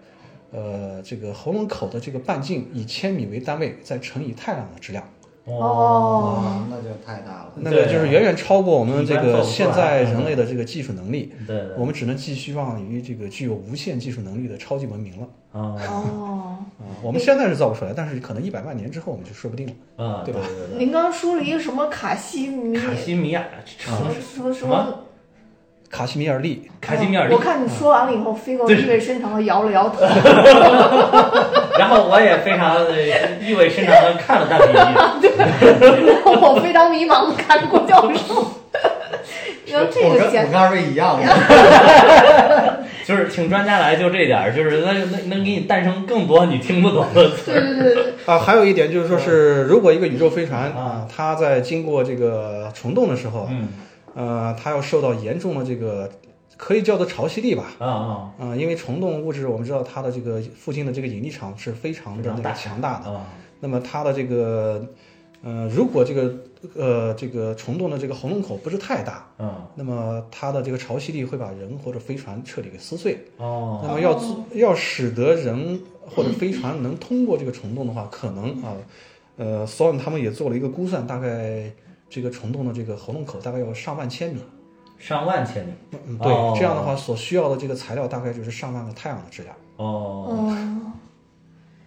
呃这个喉咙口的这个半径以千米为单位，再乘以太阳的质量。
哦，
哇，那就太大了。
那个就是远远超过我们这
一般
个
做不出来
现在人类的这个技术能力，
对对
我们只能寄希望于这个具有无限技术能力的超级文明了
啊
哦。
啊！我们现在是造不出来，但是可能一百万年之后我们就说不定了。
啊对
对吧
对对
您刚刚说了一个什么卡西米，
卡
什
西米亚
啊
啊
么什么什么？嗯
卡西米尔力，
卡西米尔力
哦
啊
我看你说完了以后，飞哥意味深长的摇了摇头。
然后我也非常的意味深长的看了他的一
<laughs>
眼，
我非常迷茫的看着郭教
<laughs>
授。然后这
我
个
跟
简
我跟二位一
<laughs>
样的，
就是请专家来就这点儿，就是能能能给你诞生更多你听不懂的词
对
儿。
对对对，
啊，还有一点就是说是，如果一个宇宙飞船
啊
嗯啊，它在经过这个虫洞的时候，
嗯
呃，它要受到严重的这个可以叫做潮汐力吧，
啊啊
啊、因为虫洞物质我们知道它的这个附近的这个引力场是非常的那
非常
个
大
强大的，
啊！
那么它的这个呃，如果这个呃这个虫洞的这个喉咙口不是太大，
嗯
那么它的这个潮汐力会把人或者飞船彻底给撕碎。
哦，
那么要做要使得人或者飞船能通过这个虫洞的话，可能啊，呃 s o n 他们也做了一个估算，大概这个虫洞的这个喉咙口大概要上万千米。
上万千里
嗯嗯，对，
哦
这样的话所需要的这个材料大概就是上万个太阳的质量。
哦，
哦，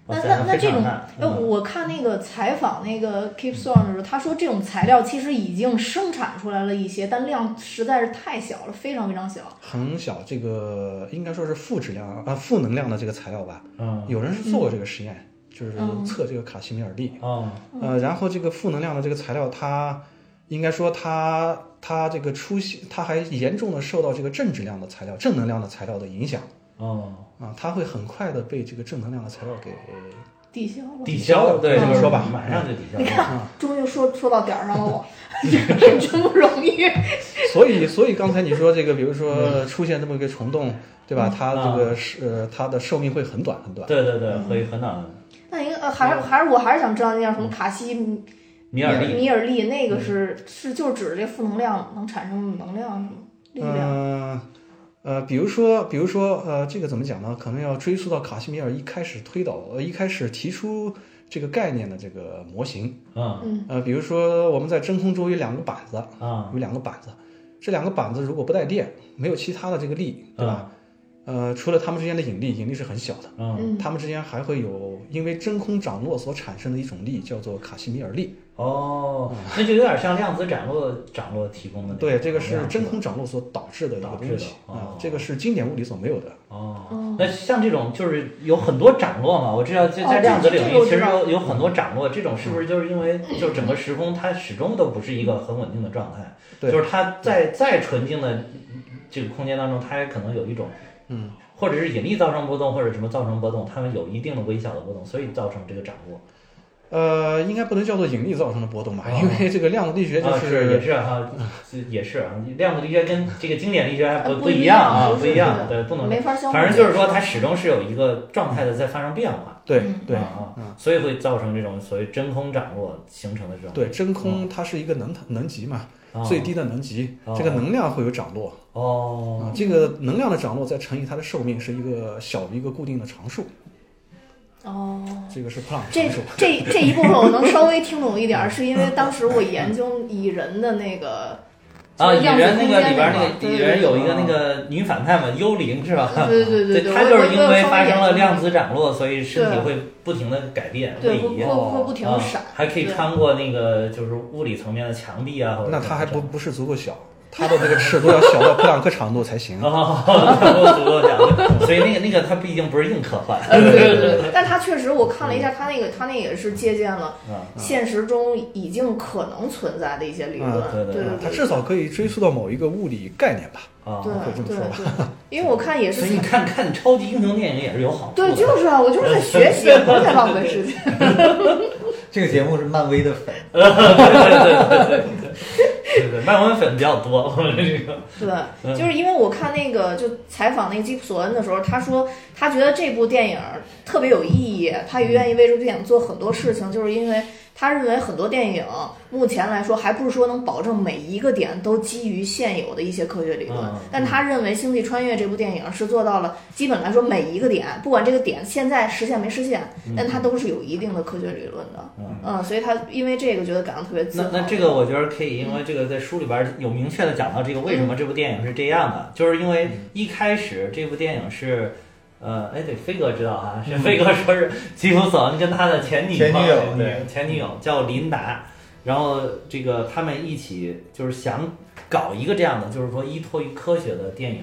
那
哇塞
那那
非
这
常嗯
种，
大
哎，我看那个采访那个 Keep Storm 的时候，他说这种材料其实已经生产出来了一些，但量实在是太小了，非常非常小。
很小，这个应该说是负质量啊、呃负能量的这个材料吧。
嗯
有人是做过这个实验，就是
嗯
测这个卡西米尔力。
哦
呃，然后这个负能量的这个材料，它应该说它它这个出现，它还严重的受到这个正质量的材料、正能量的材料的影响
哦，
啊，它会很快的被这个正能量的材料给
抵消了，
抵消了，哦对，
这么
就是
说吧
马上就抵消
你
了。嗯
看，终于说说到点儿上了，我 <laughs> 真不容易。
所以，所以刚才你说这个，比如说出现这么一个虫洞，对吧？它这个是、呃它的寿命会很短很
<laughs>
短。
对对对，会很暖。
那应该呃，
嗯
还是还是我还是想知道那叫什么卡西米
米尔利，
米尔利，那个是
嗯
是就是指这负能量能产生能量什么力量？
嗯、呃，比如说，比如说，呃，这个怎么讲呢？可能要追溯到卡西米尔一开始推导，呃，一开始提出这个概念的这个模型。
嗯
嗯
呃，比如说我们在真空中有两个板子，
啊
有两个板子，这两个板子如果不带电，没有其他的这个力，对
啊
吧？呃，除了它们之间的引力，引力是很小的。
嗯，
嗯，
它们之间还会有因为真空涨落所产生的一种力，叫做卡西米尔力。
哦，那就有点像量子涨落涨落提啊供的那种能
对，
量。
这个是真
吧
空涨落所导致的一个
导致
东
的
西
哦
啊，这个是经典物理所没有的。
嗯
哦，那像这种就是有很多涨落嘛，我知道就在
哦
量子
这
领
这个
域
我
其实
知道
有有很多涨落，这种是不是就是因为就整个时空它始终都不是一个很稳定的状态，
对
就是它在再纯净的这个空间当中，它也可能有一种
嗯，
或者是引力造成波动，或者什么造成波动，它们有一定的微小的波动，所以造成这个涨落。
呃，应该不能叫做引力造成的波动吧，
哦
因为这个量子力学就
啊，也
是
是哈，是也是啊，量子力学跟这个经典力学还
呃
不
不
一
一
样
样
啊，
不
不
是
一样，
的
对，不能，
没法相互
反正就是
解
说
释
它始终是有一个状态的在发生变化，
对
嗯
对
啊啊，所以会造成这种所谓真空涨落形成的这种
对，真空它是一个能能级嘛，
啊
最低的能级，
哦
这个能量会有涨落
哦
啊，这个能量的涨落再乘以它的寿命是一个小于一个固定的常数，
嗯
哦。
这个是普朗克
这
常数。
这这一部分我能稍微听懂一点
嗯
儿，是因为当时我研究蚁人的那个
啊，蚁
就是量
人
子
那
空
个
间
里边那个
对
蚁
对
人
对嗯
有一个那个女反派嘛，幽灵是吧？
对对对对，
她
我
嗯就是因
我
为
有稍微
发生了
研究
量子涨落，所以身体
对
会不停的改变位
对会
移
会。会不停的
啊
闪，
还可以
对
穿过那个就是物理层面的墙壁啊，或者
那它还
什么
不
的
不是足够小，它的这个尺度要小到普朗克长度才行。 <laughs>
哦， <laughs> 我足够讲，所以那个那个它毕竟不是硬科 <laughs> 幻，
呃 <laughs> 对对对对，但他确实，我看了一下，他那个他那也是借鉴了
啊
现实中已经可能存在的一些理论
啊，对对
对
对
嗯它
对
至少可以追溯到某一个物理概念吧。
啊，
可以这
对
么
对
说
对，因为我看也
所
是
以你
采，
看看超级英雄电影也是有好处的，
对，就是啊，我就是在学习，不是在浪费时间。
这个节目是漫威的粉，
对对，漫文粉比较多，我们这个
对，就是因为我看那个就采访那个基普索恩的时候，他说他觉得这部电影特别有意义，他也愿意为这部电影做很多事情，就是因为他认为很多电影目前来说还不是说能保证每一个点都基于现有的一些科学理论
嗯，
但他认为《星际穿越》这部电影是做到了基本来说每一个点，不管这个点现在实现没实现，但它都是有一定的科学理论的。嗯，所以他因为这个觉得感到特别自
那
豪。
那这个我觉得可以，因为这个在书里边有明确的讲到这个
嗯
为什么这部电影是这样的，就是因为一开始这部电影是。呃，哎，对，飞哥知道哈、是飞哥说是吉普索恩跟他的前女
前女友
对前女友叫琳达，然后这个他们一起就是想搞一个这样的，就是说依托于科学的电影，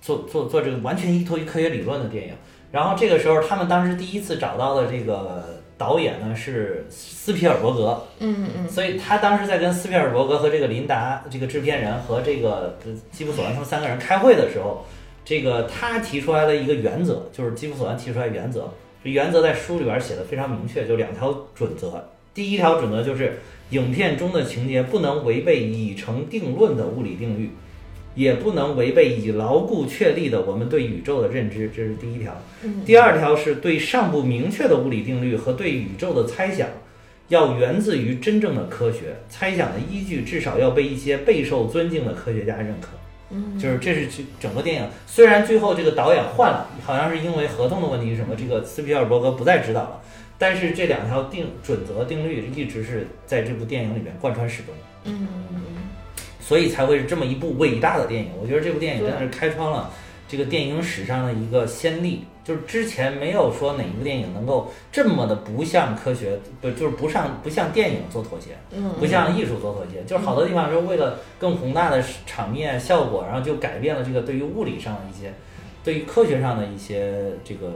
做做做这个完全依托于科学理论的电影。然后这个时候，他们当时第一次找到的这个导演呢是斯皮尔伯格，
嗯嗯
所以他当时在跟斯皮尔伯格和这个琳达这个制片人和这个呃基普索恩他们三个人开会的时候，这个他提出来的一个原则，就是基普索恩提出来的原则，这原则在书里边写的非常明确，就两条准则。第一条准则就是影片中的情节不能违背已成定论的物理定律，也不能违背已牢固确立的我们对宇宙的认知，这是第一条。
嗯
第二条是对尚不明确的物理定律和对宇宙的猜想，要源自于真正的科学，猜想的依据至少要被一些备受尊敬的科学家认可。
嗯，
就是这是这整个电影，虽然最后这个导演换了，好像是因为合同的问题什么，这个斯皮尔伯格不再指导了，但是这两条定准则定律一直是在这部电影里面贯穿始终的，
嗯嗯
所以才会是这么一部伟大的电影。我觉得这部电影真的是开创了这个电影史上的一个先例，就是之前没有说哪一部电影能够这么的不向科学，不就是不上不向电影做妥协。
嗯，
不像艺术做妥协，就是好多地方是为了更宏大的场面效果，然后就改变了这个对于物理上的一些，对于科学上的一些这个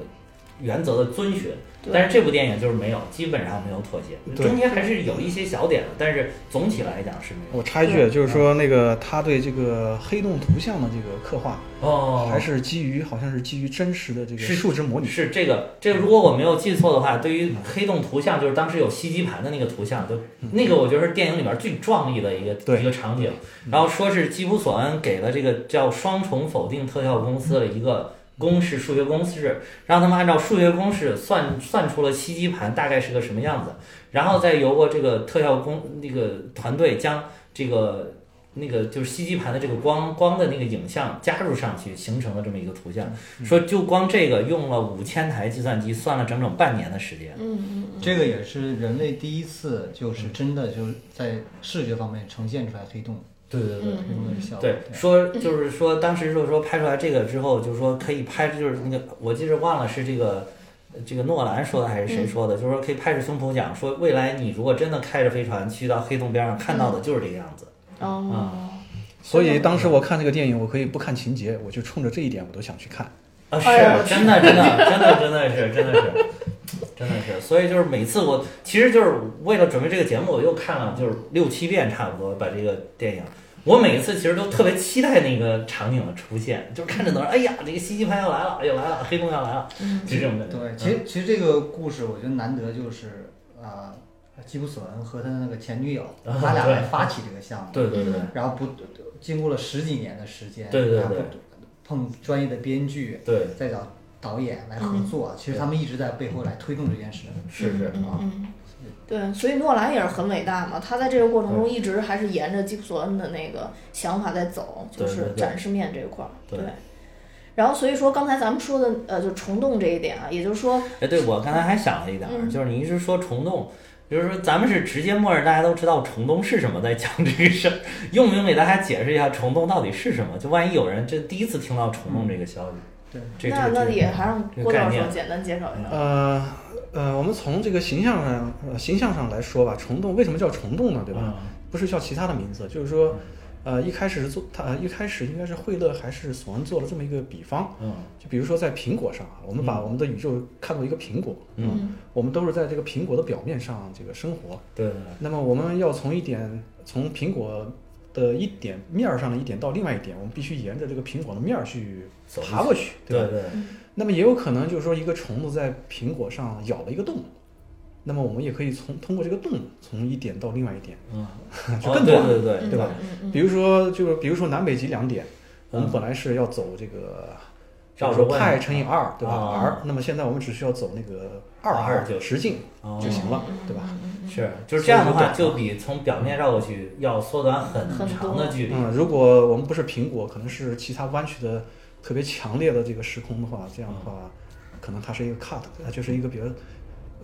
原则的遵循。
对
但是这部电影就是没有，基本上没有妥协，
对
中间还是有一些小点的，但是总体来讲是没有。
我插一句，就是说
嗯
那个他对这个黑洞图像的这个刻画，
哦
还是基于好像是基于真实的这个
是
数值模拟。嗯
是这个，这个如果我没有记错的话，对于黑洞图像，就是当时有吸积盘的那个图像，就那个我觉得是电影里边最壮丽的一个
嗯对嗯
一个场景。然后说是基普索恩给了这个叫双重否定特效公司的一个公式，数学公式，让他们按照数学公式算算出了吸积盘大概是个什么样子，然后再由过这个特效工那个团队将这个。那个就是吸积盘的这个光光的那个影像加入上去，形成了这么一个图像。说就光这个用了五千台计算机，算了整整半年的时间。
嗯
这个也是人类第一次，就是真的就是在视觉方面呈现出来黑洞，
对对
嗯
黑洞的效果。
对，说就是说，当时就是说拍出来这个之后，就是说可以拍，就是那个我记得忘了是这个呃这个诺兰说的还是谁说的，就是说可以拍着胸脯讲，说未来你如果真的开着飞船去到黑洞边上，看到的就是这个样子。
嗯哦，
所以当时我嗯看这个电影，我可以不看情节，我就冲着这一点我都想去看。
啊，是
哎呀我去
真的，真的，真的，真的是，真的是，真的是。所以就是每次我，其实就是为了准备这个节目，我又看了就是六七遍差不多，把这个电影。我每一次其实都特别期待那个场景的出现，就是看着等着，哎呀，这个西极盘要来了，要哎来了，黑洞要来了，
嗯
就这种感觉。
对，其实其实这个故事我觉得难得就是啊，基普索恩和他的那个前女友，
啊
他
<laughs>
俩
对
来发起这个项目，
嗯对对对
然后不经过了十几年的时间，
对对对
然后碰专业的编剧，
对，
再找导演来合作，其实他们一直在背后来推动这件事。
是是。
嗯嗯，对，所以诺兰也是很伟大嘛，他在这个过程中一直还是沿着基普索恩的那个想法在走，就
对对
是
对
展示面这一块儿，
对
然后所以说刚才咱们说的呃，就虫洞这一点啊，也就是说，
哎，对我刚才还想了一点儿，
嗯
就是你一直说虫洞，就是说咱们是直接默认大家都知道虫洞是什么，在讲这个事儿，用不用给大家解释一下虫洞到底是什么？就万一有人这第一次听到虫洞这个消息，
对，
这
那
这
那
这
也还让
这个
郭
概
教授
念
简单介绍一下。
呃呃，我们从这个形象上、呃、形象上来说吧，虫洞为什么叫虫洞呢？对吧？不是叫其他的名字，就是说，呃，一开始是做他、呃一开始应该是惠勒还是索恩做了这么一个比方，
嗯
就比如说在苹果上啊，我们把我们的宇宙看作一个苹果，
嗯，
我们都是在这个苹果的表面上这个生活。
对，
那么我们要从一点从苹果的一点面儿上的一点到另外一点，我们必须沿着这个苹果的面儿去
走
爬过去，对吧？
对对，
那么也有可能就是说一个虫子在苹果上咬了一个洞，那么我们也可以从通过这个洞从一点到另外一点，
嗯，
就
哦
更
对
短
对对
对吧？
嗯
比如说就是比如说南北极两点，我们
嗯
本来是要走这个。
绕着
说
问
派乘以二，对吧、
啊
r 那么现在我们只需要走那个二
二就
直径
嗯
哦
就行了，对吧？
是就是这样的话，
所以
就比从表面绕过去要缩短很
很
长
多
的距离。
嗯，如果我们不是苹果，可能是其他弯曲的特别强烈的这个时空的话，这样的
嗯
话，可能它是一个 cut，它就是一个比较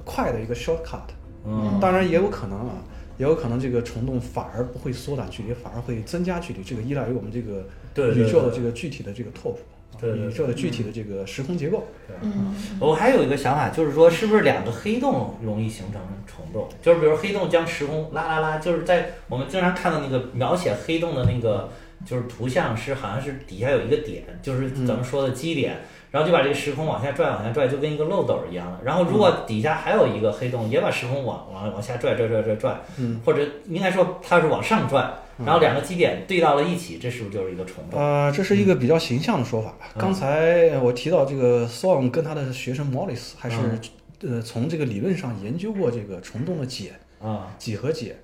快的一个 shortcut。
嗯，
当然也有可能啊，也有可能这个虫洞反而不会缩短距离，反而会增加距离。这个依赖于我们这个
对对
宇宙的
对
这个具体的这个拓扑，啊
对对对
宇宙的具体的这个时空结构。
嗯
我还有一个想法，就是说，是不是两个黑洞容易形成虫洞？就是比如黑洞将时空拉拉拉，就是在我们经常看到那个描写黑洞的那个就是图像是好像是底下有一个点，就是
嗯
咱们说的基点，然后就把这个时空往下拽，往下拽，就跟一个漏斗一样的。然后如
嗯
果底下还有一个黑洞，也把时空往往往下拽拽拽拽拽，
嗯
或者应该说它是往上拽，然后两个基点对到了一起，这是不是就是一个虫洞？
呃，这是一个比较形象的说法吧。
嗯
刚才我提到这个 Song 跟他的学生 Morris 还是、
嗯
呃从这个理论上研究过这个虫洞的解
啊、
几何解。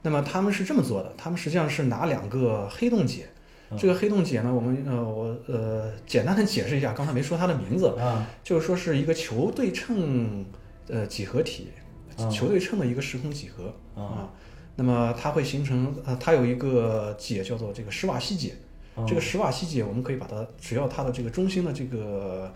那么他们是这么做的，他们实际上是拿两个黑洞解，
嗯
这个黑洞解呢，我们呃我呃简单的解释一下，刚才没说它的名字，
啊
就是说是一个球对称呃几何体
啊，
球对称的一个时空几何
啊
啊。那么它会形成呃，它有一个解叫做这个施瓦西解，这个施瓦西解我们可以把它，只要它的这个中心的这个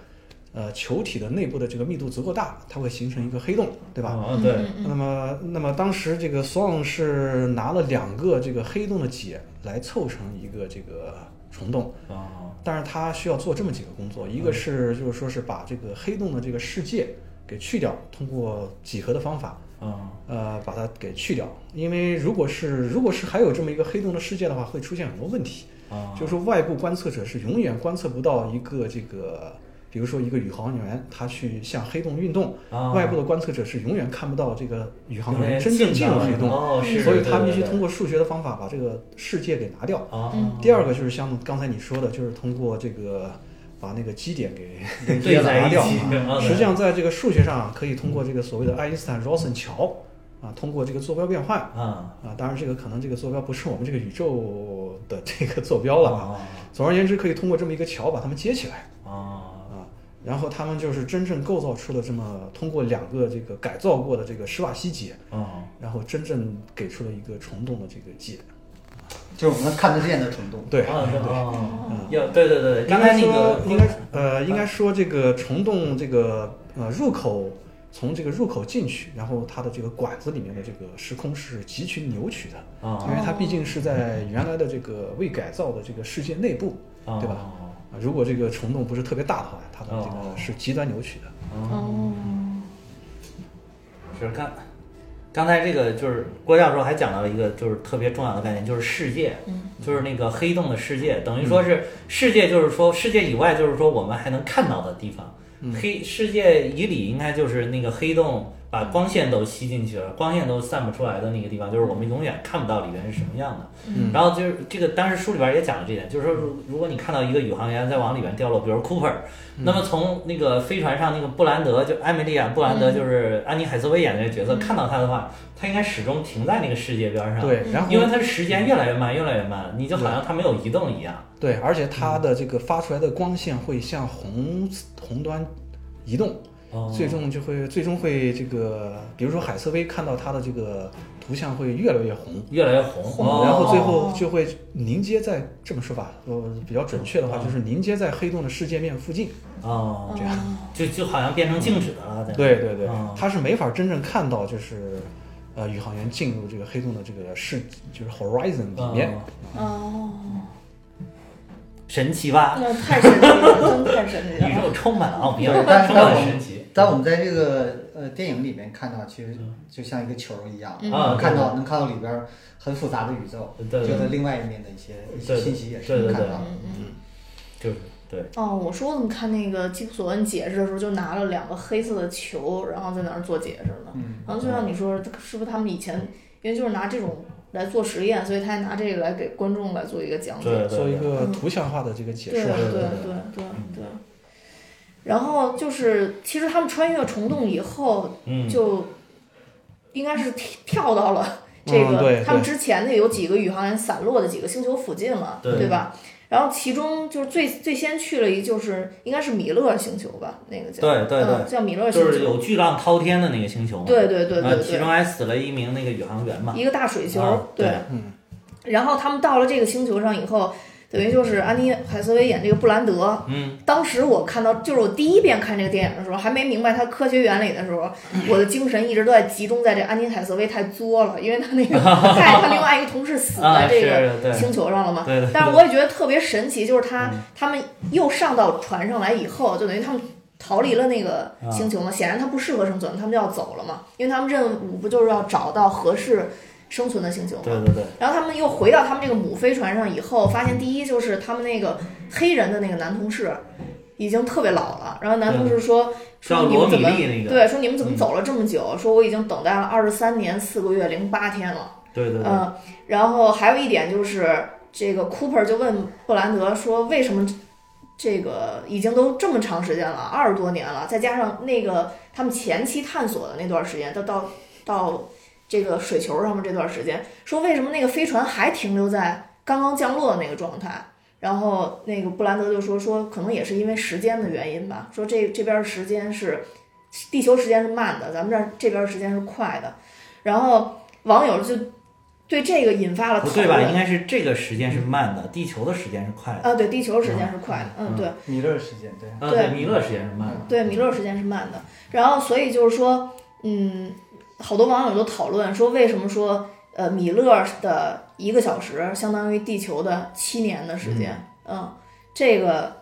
呃球体的内部的这个密度足够大，它会形成一个黑洞，对吧？
啊，对，
嗯嗯
那么，那么当时这个 Swan 是拿了两个这个黑洞的解来凑成一个这个虫洞，
啊
但是它需要做这么几个工作，一
嗯
个是就是说是把这个黑洞的这个世界给去掉，通过几何的方法，
啊
呃，把它给去掉，因为如果是如果是还有这么一个黑洞的世界的话，会出现很多问题，
啊，
就是说外部观测者是永远观测不到一个这个。比如说，一个宇航员他去向黑洞运动，
啊
外部的观测者是永远看不到这个宇航
有
员
点
真正进入黑洞，
哦，是，
所以他必须通过嗯数学的方法把这个世界给拿掉。
啊，
第二个就是像刚才你说的，就是通过这个把那个基点给 <laughs> 给
对在
拿
一
掉。
起，嗯
实际上，在这个数学上可以通过这个所谓的爱因斯坦 Rosen 桥啊，通过这个坐标变换
啊，
啊，当然这个可能这个坐标不是我们这个宇宙的这个坐标了啊。
哦
总而言之，可以通过这么一个桥把它们接起来。
啊
啊，然后他们就是真正构造出了这么通过两个这个改造过的这个施瓦西解，
啊
然后真正给出了一个虫洞的这个解。
就是我们看得见的虫洞。
对，
啊，
嗯
要对对对，
应
刚才
该
那
说
个啊
应该呃应该说这个虫洞这个呃入口。从这个入口进去，然后它的这个管子里面的这个时空是极其扭曲的，
啊
因为它毕竟是在原来的这个未改造的这个世界内部，
啊
对吧？啊如果这个虫洞不是特别大的话，它的这
哦
个是极端扭曲的。
哦，
是刚刚才这个就是郭教授还讲到一个就是特别重要的概念，就是世界，就是那个黑洞的世界，等于说是世界，就是说世界以外，就是说我们还能看到的地方。黑世界以里应该就是那个黑洞把光线都吸进去了，光线都散不出来的那个地方，就是我们永远看不到里面是什么样的。
嗯
然后就是这个，当时书里边也讲了这点，就是说，如如果你看到一个宇航员在往里边掉落，比如 Cooper，那
嗯
么从那个飞船上那个布兰德，就艾米莉亚布兰德，
嗯
就是安妮海瑟薇演的那个角色，看到他的话，他应该始终停在那个世界边上，，
对，然后
因为他的时间越来越慢，越来越慢，你就好像他没有移动一样，
对，而且它的这个发出来的光线会向红红端移动，嗯
哦
最终就会最终会这个，比如说海瑟薇看到它的这个图像会越来越红，
越来越红，哦
然后最后就会凝结在这么说吧，呃，比较准确的话就是凝结在黑洞的世界面附近。
哦，
这样
就就好像变成静止的了，在
对对对
哦，
它是没法真正看到就是。呃，宇航员进入这个黑洞的这个视，就是 horizon 里面，
哦
哦，
神奇吧？
那太神奇了，真太神奇
宇
了。
宙充满了奥秘，
对但
充满
但
了
我
神
们
奇
但我们在这个呃电影里面看到，其实就像一个球一样，
嗯
啊，
能看到能看到里边儿很复杂的宇宙，
对对
觉得另外一面的一些一些
对
信息也是
对对
能看
对
到的。
就是对。
哦，我说怎么看那个基普索恩解释的时候，就拿了两个黑色的球，然后在那儿做解释呢。
嗯
然后就像你说，这个是不是他们以前因为就是拿这种来做实验，所以他还拿这个来给观众来做一个讲解？
对对
做一
对
个图像化的这个解
对
释
对
吧。
对对对对。然后就是，其实他们穿越虫洞以后，
嗯，
就应该是跳跳到了这
嗯
个
对
他们之前的有几个宇航员散落的几个星球附近了，
对
对吧？然后其中就是最最先去了一就是应该是米勒星球吧，那个叫
对对对
嗯叫米勒星
就是
球，
有巨浪滔天的那个星球嘛，
对对对
呃
对
其
对
中，还死了一名那个宇航员嘛，
一个大水球
啊，对
对。
嗯，
然后他们到了这个星球上以后，等于就是安妮海瑟薇演这个布兰德，
嗯，
当时我看到，就是我第一遍看这个电影的时候，还没明白它科学原理的时候，
嗯
我的精神一直都在集中在这安妮海瑟薇太作了，因为她那
<laughs>
个害她另外一个同事死
啊
在
是，
这个
对
星球上了嘛。
对对，
但是我也觉得特别神奇，就是他
嗯
他们又上到船上来以后，就等于他们逃离了那个
啊
星球嘛，显然它不适合生存，他们就要走了嘛，因为他们任务不就是要找到合适生存的星球
对
嘛。
对对，
然后他们又回到他们这个母飞船上以后，发现第一就是他们那个黑人的那个男同事已经特别老了，然后男同事说
叫
说你
罗
们
米
怎么
利那个，嗯
对说你们怎么走了这么久？说我已经等待了二十三年四个月零八天了。
对对对，
嗯，然后还有一点就是，这个 Cooper 就问布兰德说，为什么这个已经都这么长时间了，二十多年了，再加上那个他们前期探索的那段时间，到到到这个水球上面这段时间，说为什么那个飞船还停留在刚刚降落的那个状态？然后那个布兰德就说说，可能也是因为时间的原因吧，说这这边儿时间是地球时间是慢的，咱们这儿这边儿时间是快的。然后网友就对这个引发了
不
讨
对吧？应
论。
该是这个时间是慢的，地球的时间是快的。
啊，对，地球时间是快的，嗯，对，
弥勒时间对，
呃，
对
对，弥勒时间是慢的。
对，弥勒时间是慢的。然后，所以就是说，嗯，好多网友都讨论说，为什么说呃米勒的一个小时相当于地球的七年的时间？嗯，这个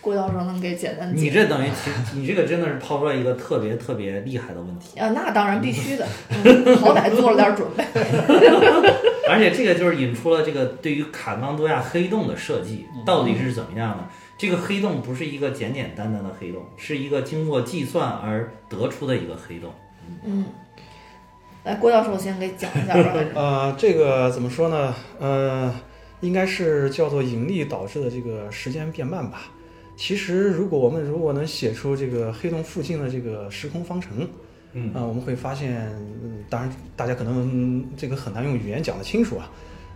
郭教授能给简单
你
嗯解
这等于其， <laughs> 你这个真的是抛出来一个特别特别厉害的问题， <laughs>
啊，那当然必须的，嗯、好歹做了点准备。
而且这个就是引出了这个对于卡冈多亚黑洞的设计
嗯
到底是怎么样的。这个黑洞不是一个简简单单的黑洞，是一个经过计算而得出的一个黑洞。
嗯，来，郭教授先给讲一下吧。
呃，这个怎么说呢？呃，应该是叫做引力导致的这个时间变慢吧。其实，如果我们如果能写出这个黑洞附近的这个时空方程，
嗯
啊、我们会发现，嗯，当然大家可能这个很难用语言讲得清楚啊。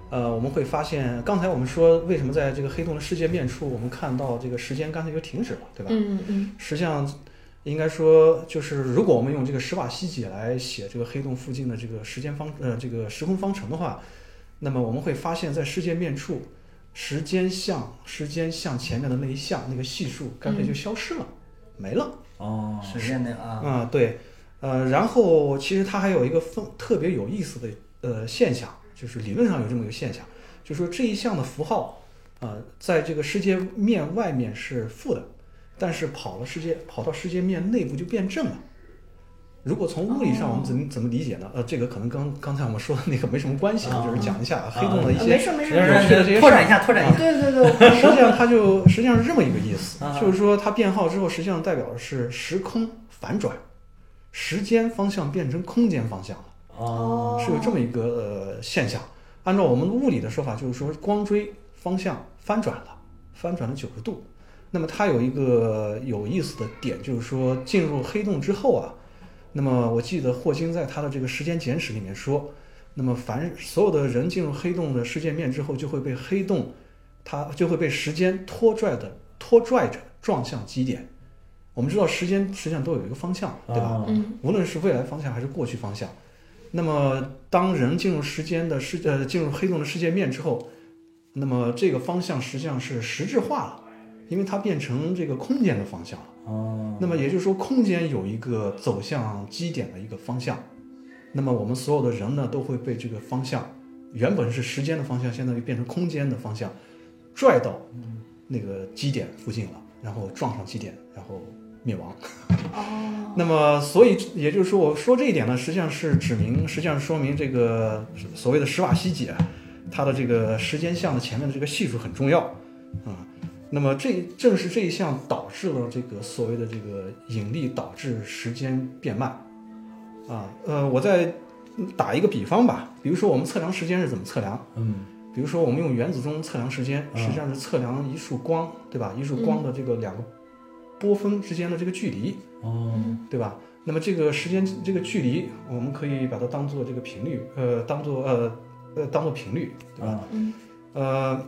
呃，我们会发现，刚才我们说为什么在这个黑洞的世界面处，我们看到这个时间干脆就停止了，对吧？
嗯嗯
实际上，应该说就是，如果我们用这个史瓦西解来写这个黑洞附近的这个时间方呃这个时空方程的话，那么我们会发现，在世界面处，时间向时间向前面的那一项那个系数干脆就消失了，没了
哦，
时间的啊，
啊、对，呃，然后其实它还有一个分特别有意思的呃现象，就是理论上有这么一个现象，就是说这一项的符号，呃，在这个世界面外面是负的，但是跑了世界跑到世界面内部就变正了。如果从物理上我
哦
们怎么怎么理解呢？呃，这个可能刚刚才我们说的那个没什么关系，
哦
啊，就是讲一下黑洞的一
啊
些
没事没事
有趣的这些
拓
事
展
儿
一。下，拓展一下。
对对对，
实际上它就实际上是这么一个意思
啊，
就是说它变号之后，实际上代表的是时空反转，时间方向变成空间方向了，
哦，
是有这么一个呃现象。按照我们物理的说法，就是说光锥方向翻转了，翻转了九十度。那么它有一个有意思的点，就是说进入黑洞之后啊，那么我记得霍金在他的这个《时间简史》里面说，那么凡所有的人进入黑洞的世界面之后，就会被黑洞，它就会被时间拖拽的拖拽着撞向极点。我们知道时间实际上都有一个方向，对吧？
哦
嗯
无论是未来方向还是过去方向。那么，当人进入时间的世呃进入黑洞的世界面之后，那么这个方向实际上是实质化了，因为它变成这个空间的方向了。
哦，
那么也就是说，空间有一个走向基点的一个方向。那么我们所有的人呢，都会被这个方向，原本是时间的方向，现在又变成空间的方向，拽到那个基点附近了，然后撞上基点，然后灭亡。
哦，
那么，所以也就是说，我说这一点呢，实际上是指明，实际上说明这个所谓的史瓦西解，它的这个时间项的前面的这个系数很重要啊、那么这正是这一项导致了这个所谓的这个引力导致时间变慢啊。呃，我再打一个比方吧，比如说我们测量时间是怎么测量？
嗯，
比如说，我们用原子钟测量时间，
嗯
实际上是测量一束光，对吧？一束光的这个两个波峰之间的这个距离，
哦，
对吧？那么这个时间这个距离，我们可以把它当做这个频率，呃，当做呃呃当做频率，对吧？
吧？
嗯
呃，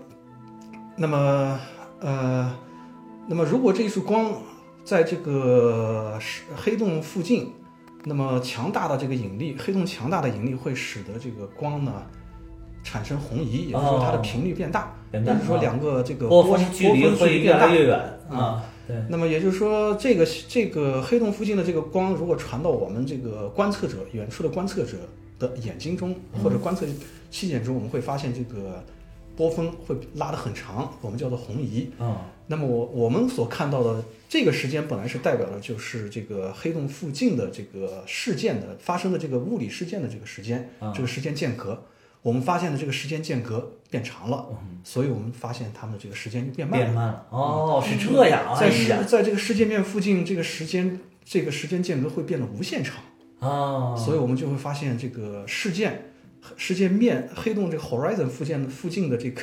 那么呃，那么如果这一束光在这个是黑洞附近，那么强大的这个引力，黑洞强大的引力会使得这个光呢产生红移，也就是说它的
哦
频率变大，
也
也就是说两个这个
波
峰
峰距离
波峰
会越
变大
来越远
嗯
啊。对，
那么也就是说，这个这个黑洞附近的这个光，如果传到我们这个观测者远处的观测者的眼睛中，或者观测器件中，我们会发现这个波峰会拉得很长，我们叫做红移。
嗯，
那么我我们所看到的这个时间，本来是代表的就是这个黑洞附近的这个事件的发生的这个物理事件的这个时间，
啊
这个时间间隔。我们发现的这个时间间隔变长了，
嗯
所以我们发现它们的这个时间就变慢了嗯
变。慢了。哦，是这样啊，
在
哎
世
呀
在这个世界面附近，这个时间这个时间间隔会变得无限长，
哦，
所以我们就会发现这个事件世界面黑洞这个 horizon 附近附近的这个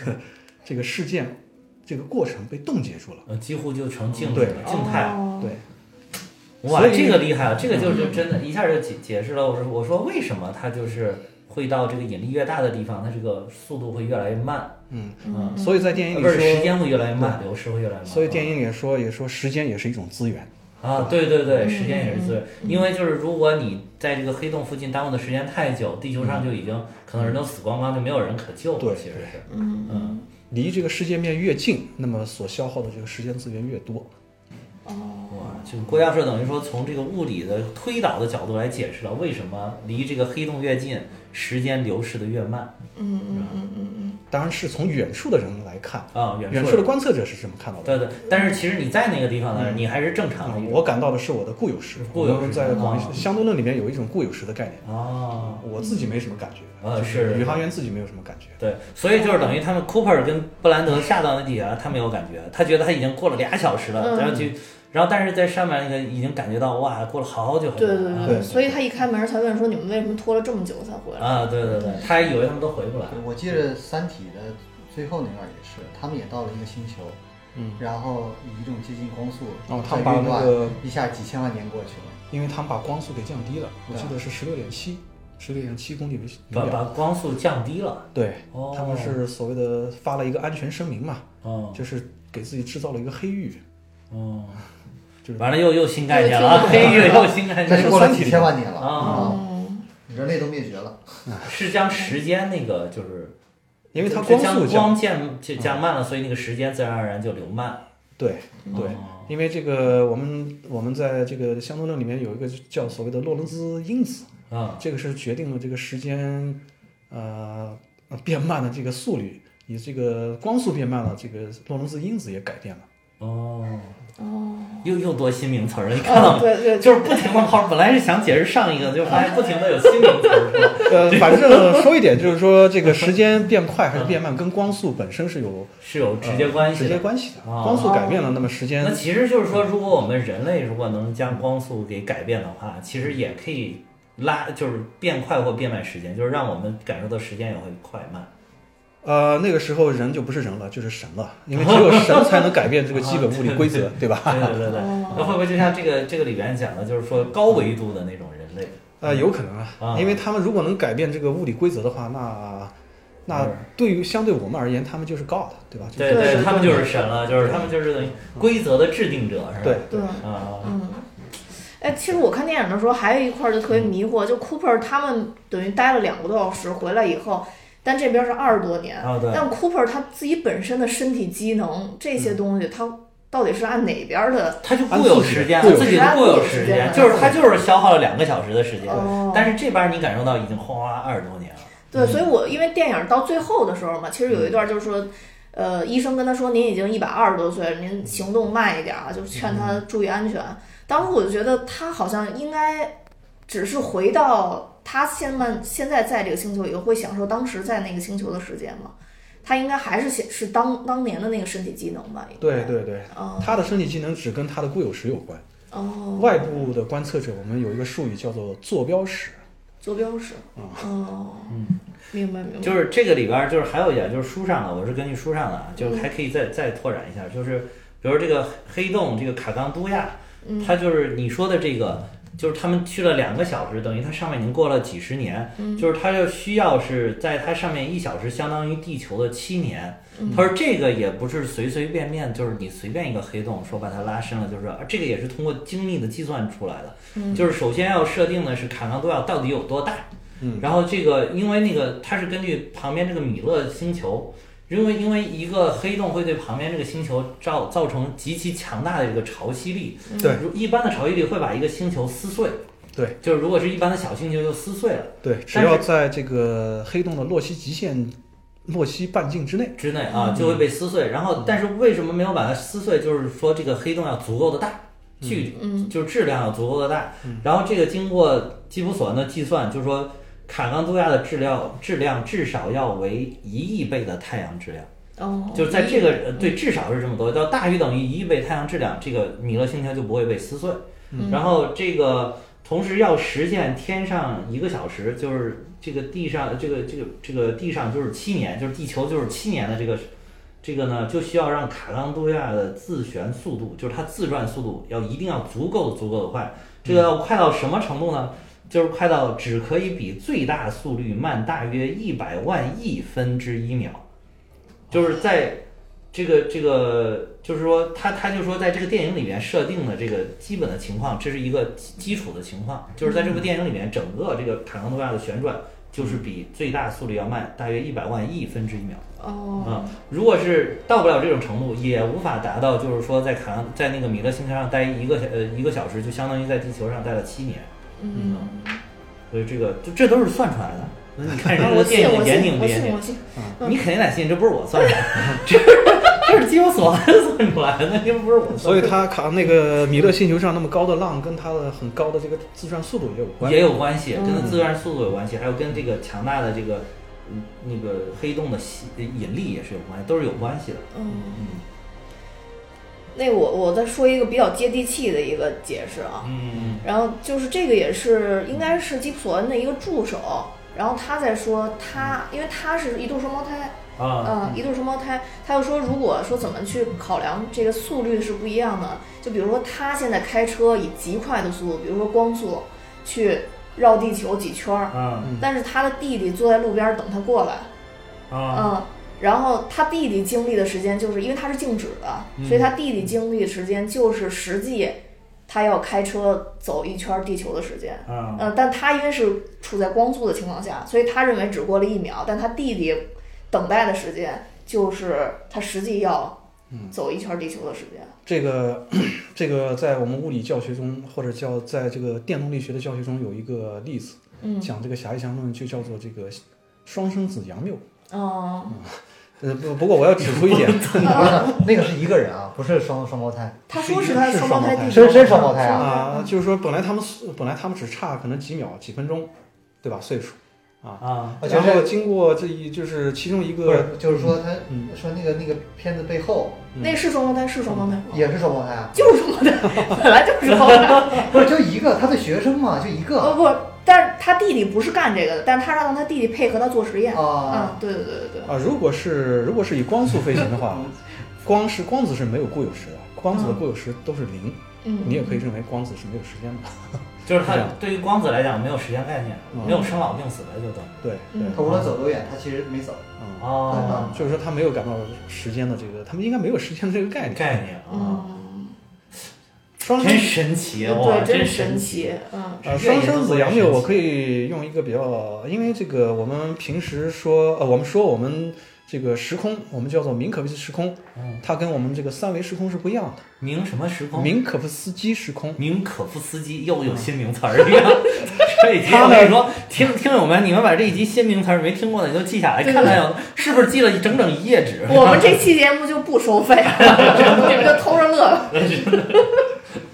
这个事件这个过程被冻结住了。
呃几乎就成静止
对
了，静态啊了。
哦
对，
哇，
所以
啊
嗯
这个厉害了，这个就是真的，一下就解解释了。我说我说为什么它就是。会到这个引力越大的地方，它这个速度会越来越慢，
嗯，
嗯，
所以在电影
呃
里
不是时
说，
间会越来越慢，流逝会越来越慢。
所以电
影
影里也说也说时间也是一种资源，
啊，对对对，
嗯
时间也是资源，因为就是如果你在这个黑洞附近耽误的时间太久，地球上就已经可能人都死光光，就没有人可救了，
对
其实是，
嗯
嗯，
离这个世界面越近，那么所消耗的这个时间资源越多。
哇，就郭教授等于说从这个物理的推导的角度来解释了为什么离这个黑洞越近，时间流逝的越慢
嗯嗯嗯嗯嗯，
当然是从远处的人来看，
啊，
远
处
处的观测者是这么看到的。
对对，但是其实你在那个地方呢，你还是正常
啊
的一个。
我感到的是我的固有时，
固有时
我们在广义
啊
相对论里面有一种固有时的概念，
哦，
嗯我自己没什么感觉，
啊
就是
是
宇航员自己没有什么感觉。
对，所以就是等于他们 Cooper 跟布兰德下到那底下，他没有感觉，他觉得他已经过了俩小时了，
嗯
然后就，然后但是在上面那个已经感觉到哇，过了啊好久好久。
对对对
对
所以他一开门才问说你们为什么拖了这么久才回来？
啊，对对对，他还以为他们都回不来。
我记得《三体》的最后那段也是，他们也到了一个星球，
嗯，
然后以一种接近光速
哦他
在
把
运
那
转
个，
一下几千万年过去了。
因为他们把光速给降低了，我
对
记得是十六点七，十六点七公里每
把
每秒。
把光速降低了，
对，
哦，
他们是所谓的发了一个安全声明嘛，
哦
就是给自己制造了一个黑域。
哦
就，是
完了又又新概念了啊，黑月又新概
这
念
是
了，
过了
三体
几
里
千万年了
啊，
嗯，
人类都灭绝
<laughs>
了。
是将时间那个就是，
因为它
就
光
是将
速降，嗯
光降就降慢了，所以那个时间自然而然就流慢。
对对，
哦
因为这个我们我们在这个相对论里面有一个叫所谓的洛伦兹因子，
嗯
这个是决定了这个时间呃变慢的这个速率，你这个光速变慢了，这个洛伦兹因子也改变了。
哦。
哦，
又又多新名词儿了，你看到
哦
吗？
对对，
就是不停的抛，本来是想解释上一个，就发现不停的有新名词儿出来。
呃，反正说一点就是说，这个时间变快还是变慢，跟光速本身是有呃
是有直接关系
直接
的。
关系的。
哦
光速改变了，那么时间
那其实就是说，如果我们人类如果能将光速给改变的话，其实也可以拉，就是变快或变慢时间，就是让我们感受到时间也会快慢。
呃，那个时候人就不是人了，就是神了，因为只有神才能改变这个基本物理规则，对吧？
啊对对对 <laughs> 对，
哦
那会不会就像这个这个里边讲的，就是说高维度的那种人类？
呃，有可能
啊
啊，因为他们如果能改变这个物理规则的话，那那
是
对于相对我们而言，他们就是 God，对吧？就是
对
对对
他们就是神了，就是他们就是等于规则的制定者，是吧？
对
对，
啊，
嗯。哎，其实我看电影的时候还有一块儿就特别迷惑，就 Cooper 他们等于待了两个多小时回来以后，但这边是二十多年，
啊对
但 Cooper 他自己本身的身体机能这
嗯
些东西，他到底是按哪边儿的？
他就固有时间，
按
自
自
己
己
的
的
固
固
有
有
时
时
间，
间
就是他就是消耗了两个小时的时间，
哦
但是这边你感受到已经哗二十多年了，
对，所以我因为电影到最后的时候嘛，其实有
嗯
一段就是说，呃，医生跟他说您已经一百二十多岁了，您行动慢一点啊，就劝
嗯
他注意安全。当时我就觉得他好像应该只是回到他现在现在在这个星球以后会享受当时在那个星球的时间嘛，他应该还是显是当当年的那个身体机能吧？应该
对，对对，
哦
他的身体机能只跟他的固有时有关。
哦，
外部的观测者，我们有一个术语叫做坐标时。
坐标是哦，明白明白，
嗯就是这个里边就是还有一点就是书上的，我是根据书上的啊，就是还可以再再拓展一下，就是比如这个黑洞这个卡冈都亚，它就是你说的这个。就是他们去了两个小时，等于它上面已经过了几十年，就是它就需要是在它上面一小时相当于地球的七年。他说这个也不是随随便便，就是你随便一个黑洞说把它拉伸了，就是啊这个也是通过精密的计算出来的。就是首先要设定的是卡冈多亚到底有多大，然后这个因为那个它是根据旁边这个米勒星球，因为因为一个黑洞会对旁边这个星球造造成极其强大的一个潮汐力，
对
如一般的潮汐力会把一个星球撕碎，
对
就是如果是一般的小星球就撕碎了
对，只
但是
要在这个黑洞的洛希极限、洛希半径之内，
之内啊就会被撕碎，然后但是为什么没有把它撕碎？就是说这个黑洞要足够的大，距离
嗯
就是质量要足够的大，然后这个经过基普索恩的计算，就是说卡冈多亚的质量质量至少要为一亿倍的太阳质量。
哦，
就是在这个呃对，至少是这么多，要大于等于一亿倍太阳质量，这个米勒星球就不会被撕碎。然后这个同时要实现天上一个小时，就是这个地上这个这个这个地上就是七年，就是地球就是七年的这个这个呢，就需要让卡冈多亚的自旋速度，就是它自转速度要一定要足够足够的快。这个要快到什么程度呢？就是快到只可以比最大速率慢大约一百万亿分之一秒，就是在这个这个，就是说他他就说在这个电影里面设定的这个基本的情况，这是一个基基础的情况，就是在这
嗯
部电影里面整个这个塔康诺亚的旋转就是比最大速率要慢大约一百万亿分之一秒。
哦，
啊、如果是到不了这种程度，也无法达到，就是说在卡在那个米勒星球上待一个小呃一个小时，就相当于在地球上待了七年。
嗯，
所以这个就这都是算出来的。那
<laughs>
你看人
啊
家
我
电
信，
影
我
严谨
信，
不
我
严
信，
谨
我？信，
你肯定得信，这不是我算的，
<laughs>
这是这是基友所算出来的，又不是我
所
算
以
的。
它卡那个米勒星球上那么高的浪，跟它的很高的这个自转速度也有关。
也有关系，
嗯
跟它自转速度有关系，还有跟这个强大的这个嗯那个黑洞的吸引力也是有关系，都是有关系的。
嗯。
嗯
那我我再说一个比较接地气的一个解释啊，
嗯
然后就是这个也是应该是基普索恩的一个助手，然后他在说他，因为他是一对双胞胎，
啊
嗯，一对双胞胎，他又说如果说怎么去考量这个速率是不一样的，就比如说他现在开车以极快的速度，比如说光速去绕地球几圈儿，
啊
但是他的弟弟坐在路边儿等他过来，
啊！
嗯，然后他弟弟经历的时间，就是因为他是静止的，所以他弟弟经历的时间就是实际他要开车走一圈地球的时间。
啊
呃，但他因为是处在光速的情况下，所以他认为只过了一秒，但他弟弟等待的时间就是他实际要走一圈地球的时间。
这个 <coughs> 这个在我们物理教学中，或者叫在这个电动力学的教学中有一个例子，
嗯
讲这个狭义相对论就叫做这个双生子佯谬。
嗯，
呃，不不过我要指出一点，啊
那个是一个人啊，不是双双胞胎，
他说是他双胞胎弟嗯弟，
是真双胞胎啊
啊，就是说本来他们是本来他们只差可能几秒几分钟，对吧？岁数啊，
啊
啊就
然
是
后经过这一就是其中一
不
个
是，就是说他
嗯
说那个那个片子背后
那是双胞胎，是双胞胎，
也是双胞胎啊，
就是双胞胎， <laughs> 本来就是双胞胎。
不是就一个他的学生嘛，就一
哦
呃
个
不，但是他弟弟不是干这个的，但是他让他弟弟配合他做实验。
哦
哦
啊
嗯，对对对对对。
啊，如果是如果是以光速飞行的话，光是光子是没有固有时的，光子的固有时都是零，
嗯，
你也可以认为光子是没有时间的。
就是它
是这样
对于光子来讲没有时间概念，没有生老病死的就等于。
对对，
嗯
他无论走多远，他其实没走。
嗯，
哦，
就是说他没有感到时间的这个，他们应该没有时间的这个概念。
概念啊，
嗯，
双生
真神奇哇，
对，真
神
神。奇。
<laughs>
嗯
呃，
这个
双
也
生子
是
佯
神
谬，我
奇
可以用一个比较，因为这个我们平时说，呃，我们说我们这个时空，我们叫做明可夫斯基时空，
嗯，
它跟我们这个三维时空是不一样的。
明什么时空？
明可夫斯基时空，
明可夫斯基又有新名词儿了。这一集
他
我
呢
跟你说，听听友们，你们把这一集新名词儿没听过的，你就记下来，
对
看看有是不是记了整整一页纸。
我们这期节目就不收费
<laughs>
了，你们就偷着乐。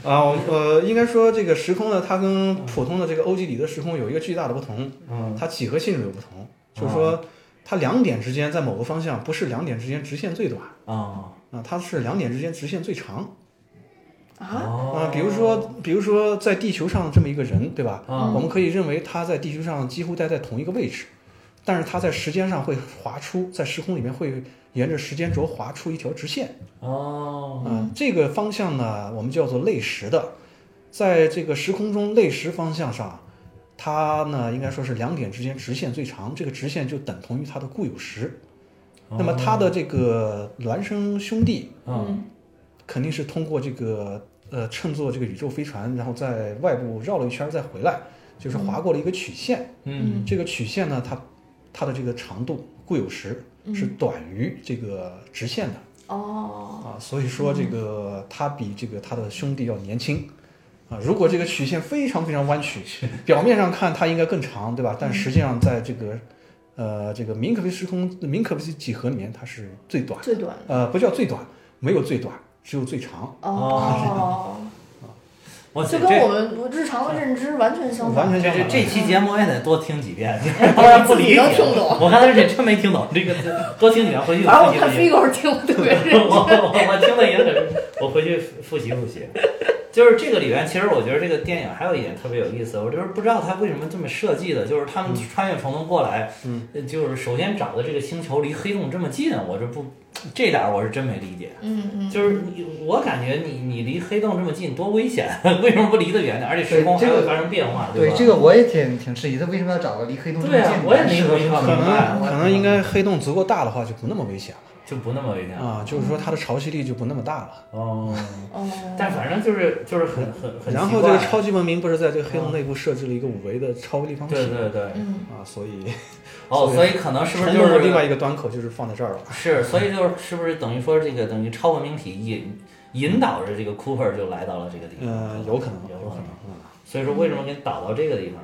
啊，我呃，应该说这个时空呢，它跟普通的这个欧几里得时空有一个巨大的不同，
嗯
它几何性质有不同，就是说它两点之间在某个方向不是两点之间直线最短
啊
啊，它是两点之间直线最长
啊，
啊
哦。
比如说，比如说在地球上这么一个人，对吧？
啊
我们可以认为他在地球上几乎待在同一个位置，但是他在时间上会划出，在时空里面会沿着时间轴划出一条直线。
哦
嗯
啊、这个方向呢，我们叫做类时的，在这个时空中类时方向上，它呢应该说是两点之间直线最长，这个直线就等同于它的固有时。
哦
那么它的这个孪生兄弟
嗯
肯定是通过这个呃乘坐这个宇宙飞船，然后在外部绕了一圈儿再回来，就是划过了一个曲线。
嗯
这个曲线呢，它它的这个长度固有时
嗯
嗯
是短于这个直线的。
哦，
啊，所以说这
嗯
个他比这个他的兄弟要年轻啊。如果这个曲线非常非常弯曲，表面上看它应该更长，对吧？
嗯
但实际上在这个呃这个明可夫时空明可夫斯基几何里面，它是最短，
最短
呃不叫最短，没有最短，只有最长，
哦，
我
就
哦这
跟我们日常的认知完全相反。
完全
这
相
这
反。
这期节目我也得多听几
<laughs>
遍，不然不理
自
解。
己能听懂
我刚才这真没听懂，这个多听几遍回去
反正
我
我
复
看
习
飞
复习。
狗听的特别认
<laughs> 我我我听的也很，我回去复习复习。就是这个里边，其实我觉得这个电影还有一点特别有意思，我就是不知道他为什么这么设计的，就是他们穿越虫洞过来，
嗯
呃，就是首先找的这个星球离黑洞这么近，我这不这点儿我是真没理解。
嗯嗯，
就是你，我感觉你你离黑洞这么近多危险， <laughs> 为什么不离得远点？而且时空还
对这
会
个
发生变化，
对
吧？
这个我也挺挺质疑的，为什么要找个离黑洞这么
对啊
近的？
我也没
适合
没搞
可
明白
能
我
可能应该黑洞足够大的话就不那么危险了
就不那么危险了。
啊，就是说它的潮汐力就不那么大了。
哦，
哦，
但反正就是就是很很很
然
奇
后这
怪
个超级文明不是在这个黑洞内部设置了一个五维的超立方体
对对对，
嗯，
啊，所以
哦，所
所
以可能
<laughs>
是不是
传
就
统的
是
另外一个端口就是放在这儿了？
是，所
嗯
以就是是不是等于说这个等于超文明体引引导着这个 Cooper 就来到了这个地方？
嗯，有可能，
有
有可能。嗯
所以说为什么给你导到这个地方？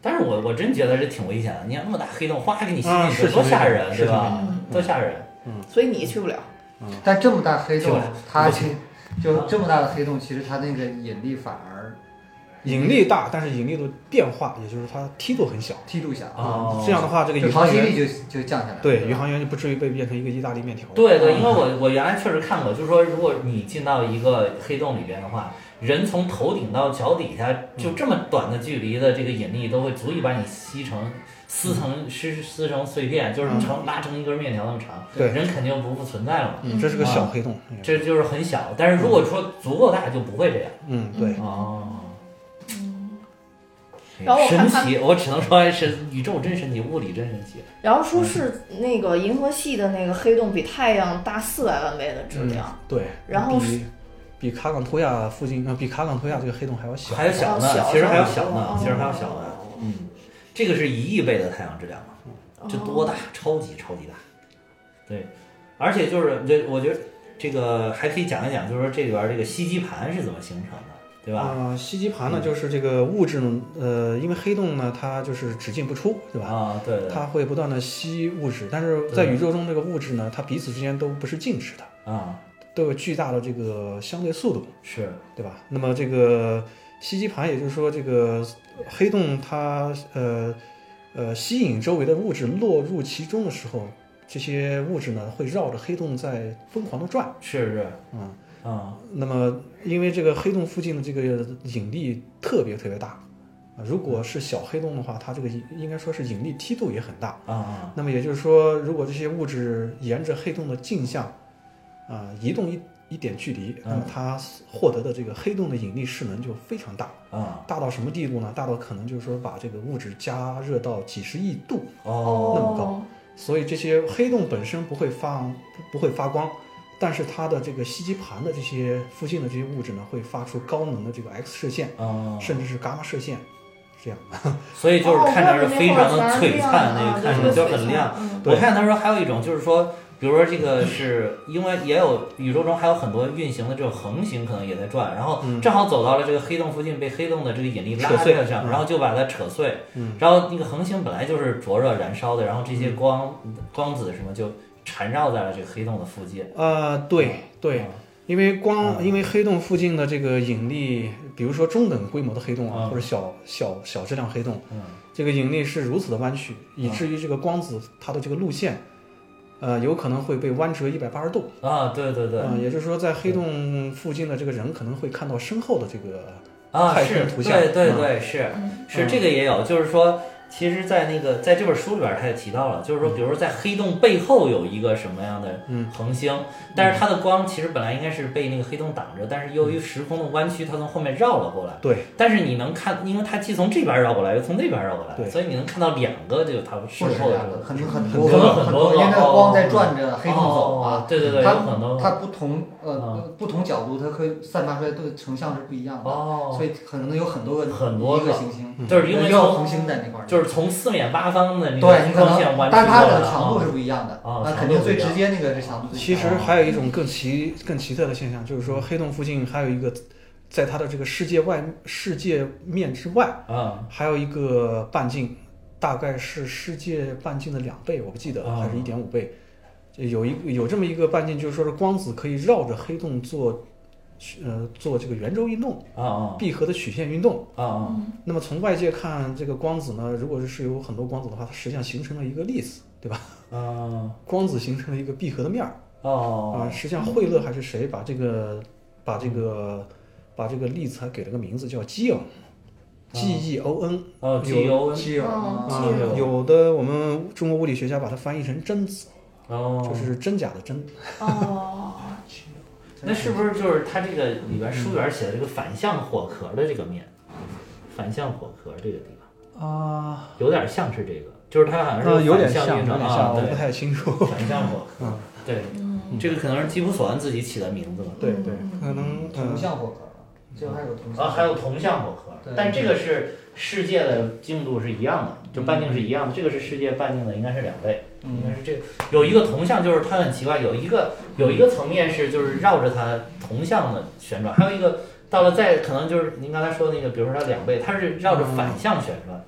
但是我我真觉得这挺危险的，你看那么大黑洞，哗给你吸
啊
进去，
是
多
挺危
吓
险
人，
是
对
挺
吧
危险？
多吓人！
所以你去不了，
但这么大黑
就
洞
来，
它其就这么大的黑洞，其实它那个引力反而
嗯
引力大，但是引力的变化，也就是它梯度很小。
梯度小啊
哦
这样的话，这个
就
宇
潮
航
汐力
员
就就降下来了。
对宇
吧
航员就不至于被变成一个意大利面条。
对对，因为我我原来确实看过，就是说如果你进到一个黑洞里边的话，人从头顶到脚底下就这么短的距离的这个引力都会足以把你吸成撕成撕撕成碎片，就是成拉成一根面条那么长，
对
人肯定不复存在了嘛。
嗯，这是个小黑洞。
这就是很小，但是如果说足够大就不会这样。
嗯，对，
嗯哦，
嗯然后我
神
看他
奇，我只能说是宇宙真神奇，物理真神奇。
然后说是那个银河系的那个黑洞比太阳大四百万倍的质量，
对。
然后
比比卡冈托亚附近，呃，比卡冈托亚这个黑洞还要小。
还有小呢
哦小，
其实还有
小
小呢
哦，
其实还有小呢。嗯，这个是一亿倍的太阳质量嘛，这多大？超级超级大。对，而且就是这，我觉得这个还可以讲一讲，就是说这里边这个吸积盘是怎么形成的，对吧？嗯
啊、吸积盘呢，就是这个物质呢，呃，因为黑洞呢，它就是只进不出，对吧？
啊，对对
它会不断的吸物质，但是在宇宙中，这个物质呢，它彼此之间都不是静止的，
啊，
都有巨大的这个相对速度，
是
对吧？那么这个吸积盘，也就是说，这个黑洞它呃呃吸引周围的物质落入其中的时候，这些物质呢会绕着黑洞在疯狂的转，
是是，
嗯。
啊
那么因为这个黑洞附近的这个引力特别特别大，啊，如果是小黑洞的话，它这个引应该说是引力梯度也很大。
啊。
那么也就是说，如果这些物质沿着黑洞的径向，啊、移动一一点距离，那么它获得的这个黑洞的引力势能就非常大，
啊
大到什么地步呢？大到可能就是说把这个物质加热到几十亿度，
哦
那么高
哦，
所以这些黑洞本身不会发不会发光，但是它的这个吸积盘的这些附近的这些物质呢，会发出高能的这个 X 射线，
哦，
甚至是伽马射线，是这样的。
所以就是看着是非常的璀璨，那
哦
个
怪
看
不
着
得
就
这么多
很亮。
亮
对
我看他说还有一种就是说，比如说这
<laughs>
个是因为也有宇宙中还有很多运行的这种恒星可能也在转，然后正好走到了这个黑洞附近，被黑洞的这个引力拉
嗯扯碎
扯上，
嗯
然后就把它扯碎。然后那个恒星本来就是灼热燃烧的，然后这
嗯
些光光子什么就缠绕在了这个黑洞的附近。
呃，对对，因为光，因为黑洞附近的这个引力，比如说中等规模的黑洞啊，
嗯
或者小小小质量黑洞，
嗯
这个引力是如此的弯曲，以至于这个光子它的这个路线，呃，有可能会被弯折一百八十度。
啊，对对对，
啊、也就是说，在黑洞附近的这个人可能会看到身后的这个，
啊，
太
是
空图像
对对
嗯
对，是
嗯
是这个也有，就是说，其实，在那个在这本书里边，他也提到了，就是
嗯
说，比如说在黑洞背后有一个什么样的恒星，
嗯
但是它的光其实本来应该是被那个黑洞挡着，但是由于时空的弯曲，它从后面绕了过来。
对
但是你能看，因为它既从这边绕过来，又从那边绕过来，
对
所以你能看到两个这个它身
不止
后的
两
这
个，
个
可能很
可
能
多，
很
很
多
因为那
哦
个光在转着黑洞走
哦
啊。
对对对，有
它
很多
它不同呃
嗯
不同角度，它可以散发出来的成像是不一样的，
哦，
所以可能有很多个
很多
一
个
个行星，
就是因为
要有
从
恒星在那块儿，
就是从四面八方的那个
对，你可
光线
能
弯，曲
但它
过来
的
了
强度
啊
是不一样的，
哦
那
强
肯
度
定
不一
最
样
直接那个是强度最
其
大
实还有一种更奇更奇特的现象，就是说黑洞附近还有一个，在它的这个世界外世界面之外，
嗯。
还有一个半径，大概是世界半径的两倍，我不记得了，
啊
还是一点五倍。这有一有这么一个半径，就是说是光子可以绕着黑洞做，呃，做这个圆周运动、
啊
闭合的曲线运动。
啊啊！
那么从外界看，这个光子呢，如果是有很多光子的话，它实际上形成了一个粒子，对吧？
啊
光子形成了一个闭合的面儿啊、
哦
实际上惠勒还是谁把这个把这个把这个粒子还给了个名字叫基
啊
偶，G E O N，
哦，G O
稀有
哦
啊
基
啊
友，
有的我们中国物理学家把它翻译成“真子”，
哦，
嗯
就是真假的“真
哦，”
那是不是就是它这个里边书园写的这个反向火壳的这个面，反向火壳这个地方
啊，
有点像是这个，就是它好像
呃，
是
有点
反
像，
向
有
运
点
转
像，
啊，
我不
对，
太清楚。
反向火壳，对，
嗯，
这个可能是基普索恩自己起的名字吧。
<laughs> 对对
嗯，
可能
同
嗯，
向火壳，就还有同向
啊，还有铜像火壳
对，
但这个是世界的精度是一样的，就半径是一样的，这个是世界半径的应该是两倍，应该
嗯
是这个有一个铜像，就是它很奇怪，有一个有一个层面是就是绕着它铜像的旋转，还有一个到了再可能就是您刚才说的那个，比如说它两倍，它是绕着反向旋转，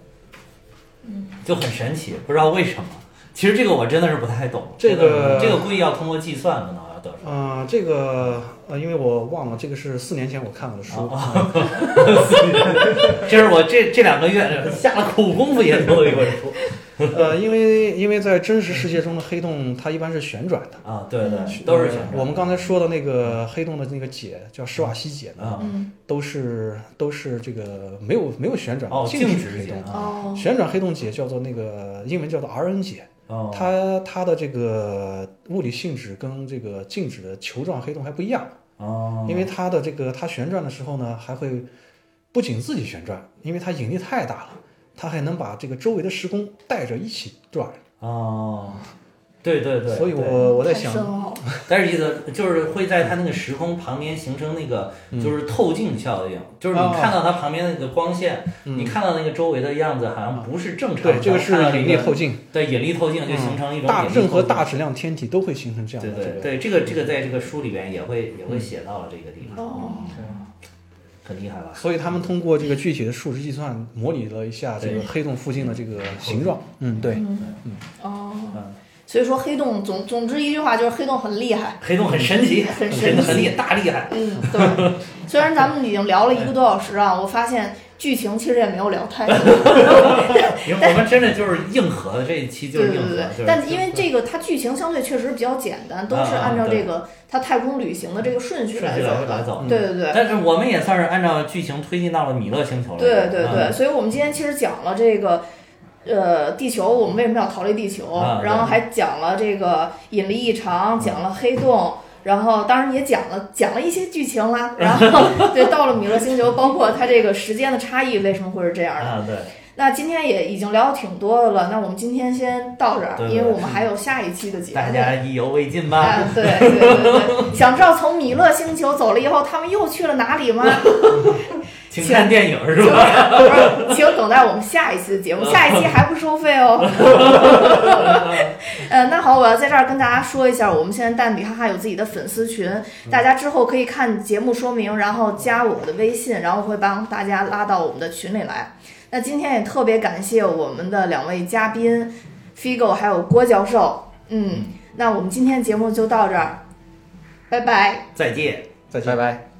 嗯，
就很神奇，不知道为什么。其实这个我真的是不太懂，
这个
这个估计要通过计算可能要得出
呃，这个呃，因为我忘了，这个是四年前我看过的书。
来，这是我这这两个月下了苦功夫研究的一本书
<laughs> 呃，因为因为在真实世界中的黑洞，它一般是旋转的。
啊，对对，都是旋转。
嗯我们刚才说的那个黑洞的那个解叫施瓦西解呢，
啊，
嗯，
都是都是这个没有没有旋转
哦，
静
静
止
止
黑
解
洞。
啊，
哦，
旋转黑洞解叫做那个英文叫做 RN 解，
哦，
它它的这个物理性质跟这个静止的球状黑洞还不一样。
哦，
因为它的这个它旋转的时候呢，还会不仅自己旋转，因为它引力太大了，它还能把这个周围的时空带着一起转。
哦，对对对，
所以
对
我我在
太深
想，
奥了，
但是意思就是会在它那个时空旁边形成那个
嗯
就是透镜效应，就是你
哦
看到它旁边那个光线，
嗯
你看到那个周围的样子好像不是正常的。
对，这个是引力透
镜，
镜，嗯
对引力透镜就形成一种
大
引力
任何
透镜
大质量天体都会形成这样
对
的
对
这个。
对，这个这个在这个书里边也会也会写到了这个地方，
哦，
很厉害吧？
所以他们通过这个具体的数值计算，模拟了一下这个
对
黑洞附近的这个形状。嗯，对，
嗯，哦
嗯，
所以说黑洞总总之一句话就是黑洞很厉害，
黑洞很神奇，
很
真
神
的很
奇。
厉大厉害。
嗯，对。虽然咱们已经聊了一个多小时啊，我发现剧情其实也没有聊太多。
因为我们真的就是硬核的这一期就
对
是
对
硬
对
核
对，，
就是
但因为这个它剧情相对确实比较简单，都是
啊啊
按照
对
这个它太空旅行的这个顺序
顺
来
序
走
来来嗯
的。
走。
对对对。
但是我们也算是按照剧情推进到了米勒星球了。
对对
嗯
对，所以我们今天其实讲了这个，呃，地球我们为什么要逃离地球，
啊对嗯
然后还讲了这个引力异常，讲了黑洞。然后，当然也讲了讲了一些剧情
<laughs>
啦。然后，对，到了米勒星球，包括它这个时间的差异为什么会是这样的？
啊，对，
那今天也已经聊的挺多的了，那我们今天先到这儿，
对对嗯
因为我们还有下一期的节目。
大家意犹未尽吧？
啊，对对对对，想知道从米勒星球走了以后，他们又去了哪里吗？ <laughs>
请看电影是
请
吧？
不是，请等待我们下一期的节目，下一期还不收费哦。 <laughs> 呃，那好，我要在这儿跟大家说一下，我们现在蛋比哈哈有自己的粉丝群，大家之后可以看节目说明，然后加我的微信，然后会帮大家拉到我们的群里来。那今天也特别感谢我们的两位嘉宾，Figo 还有郭教授。嗯，那我们今天节目就到这儿，拜拜。
再见。
再见
拜。拜。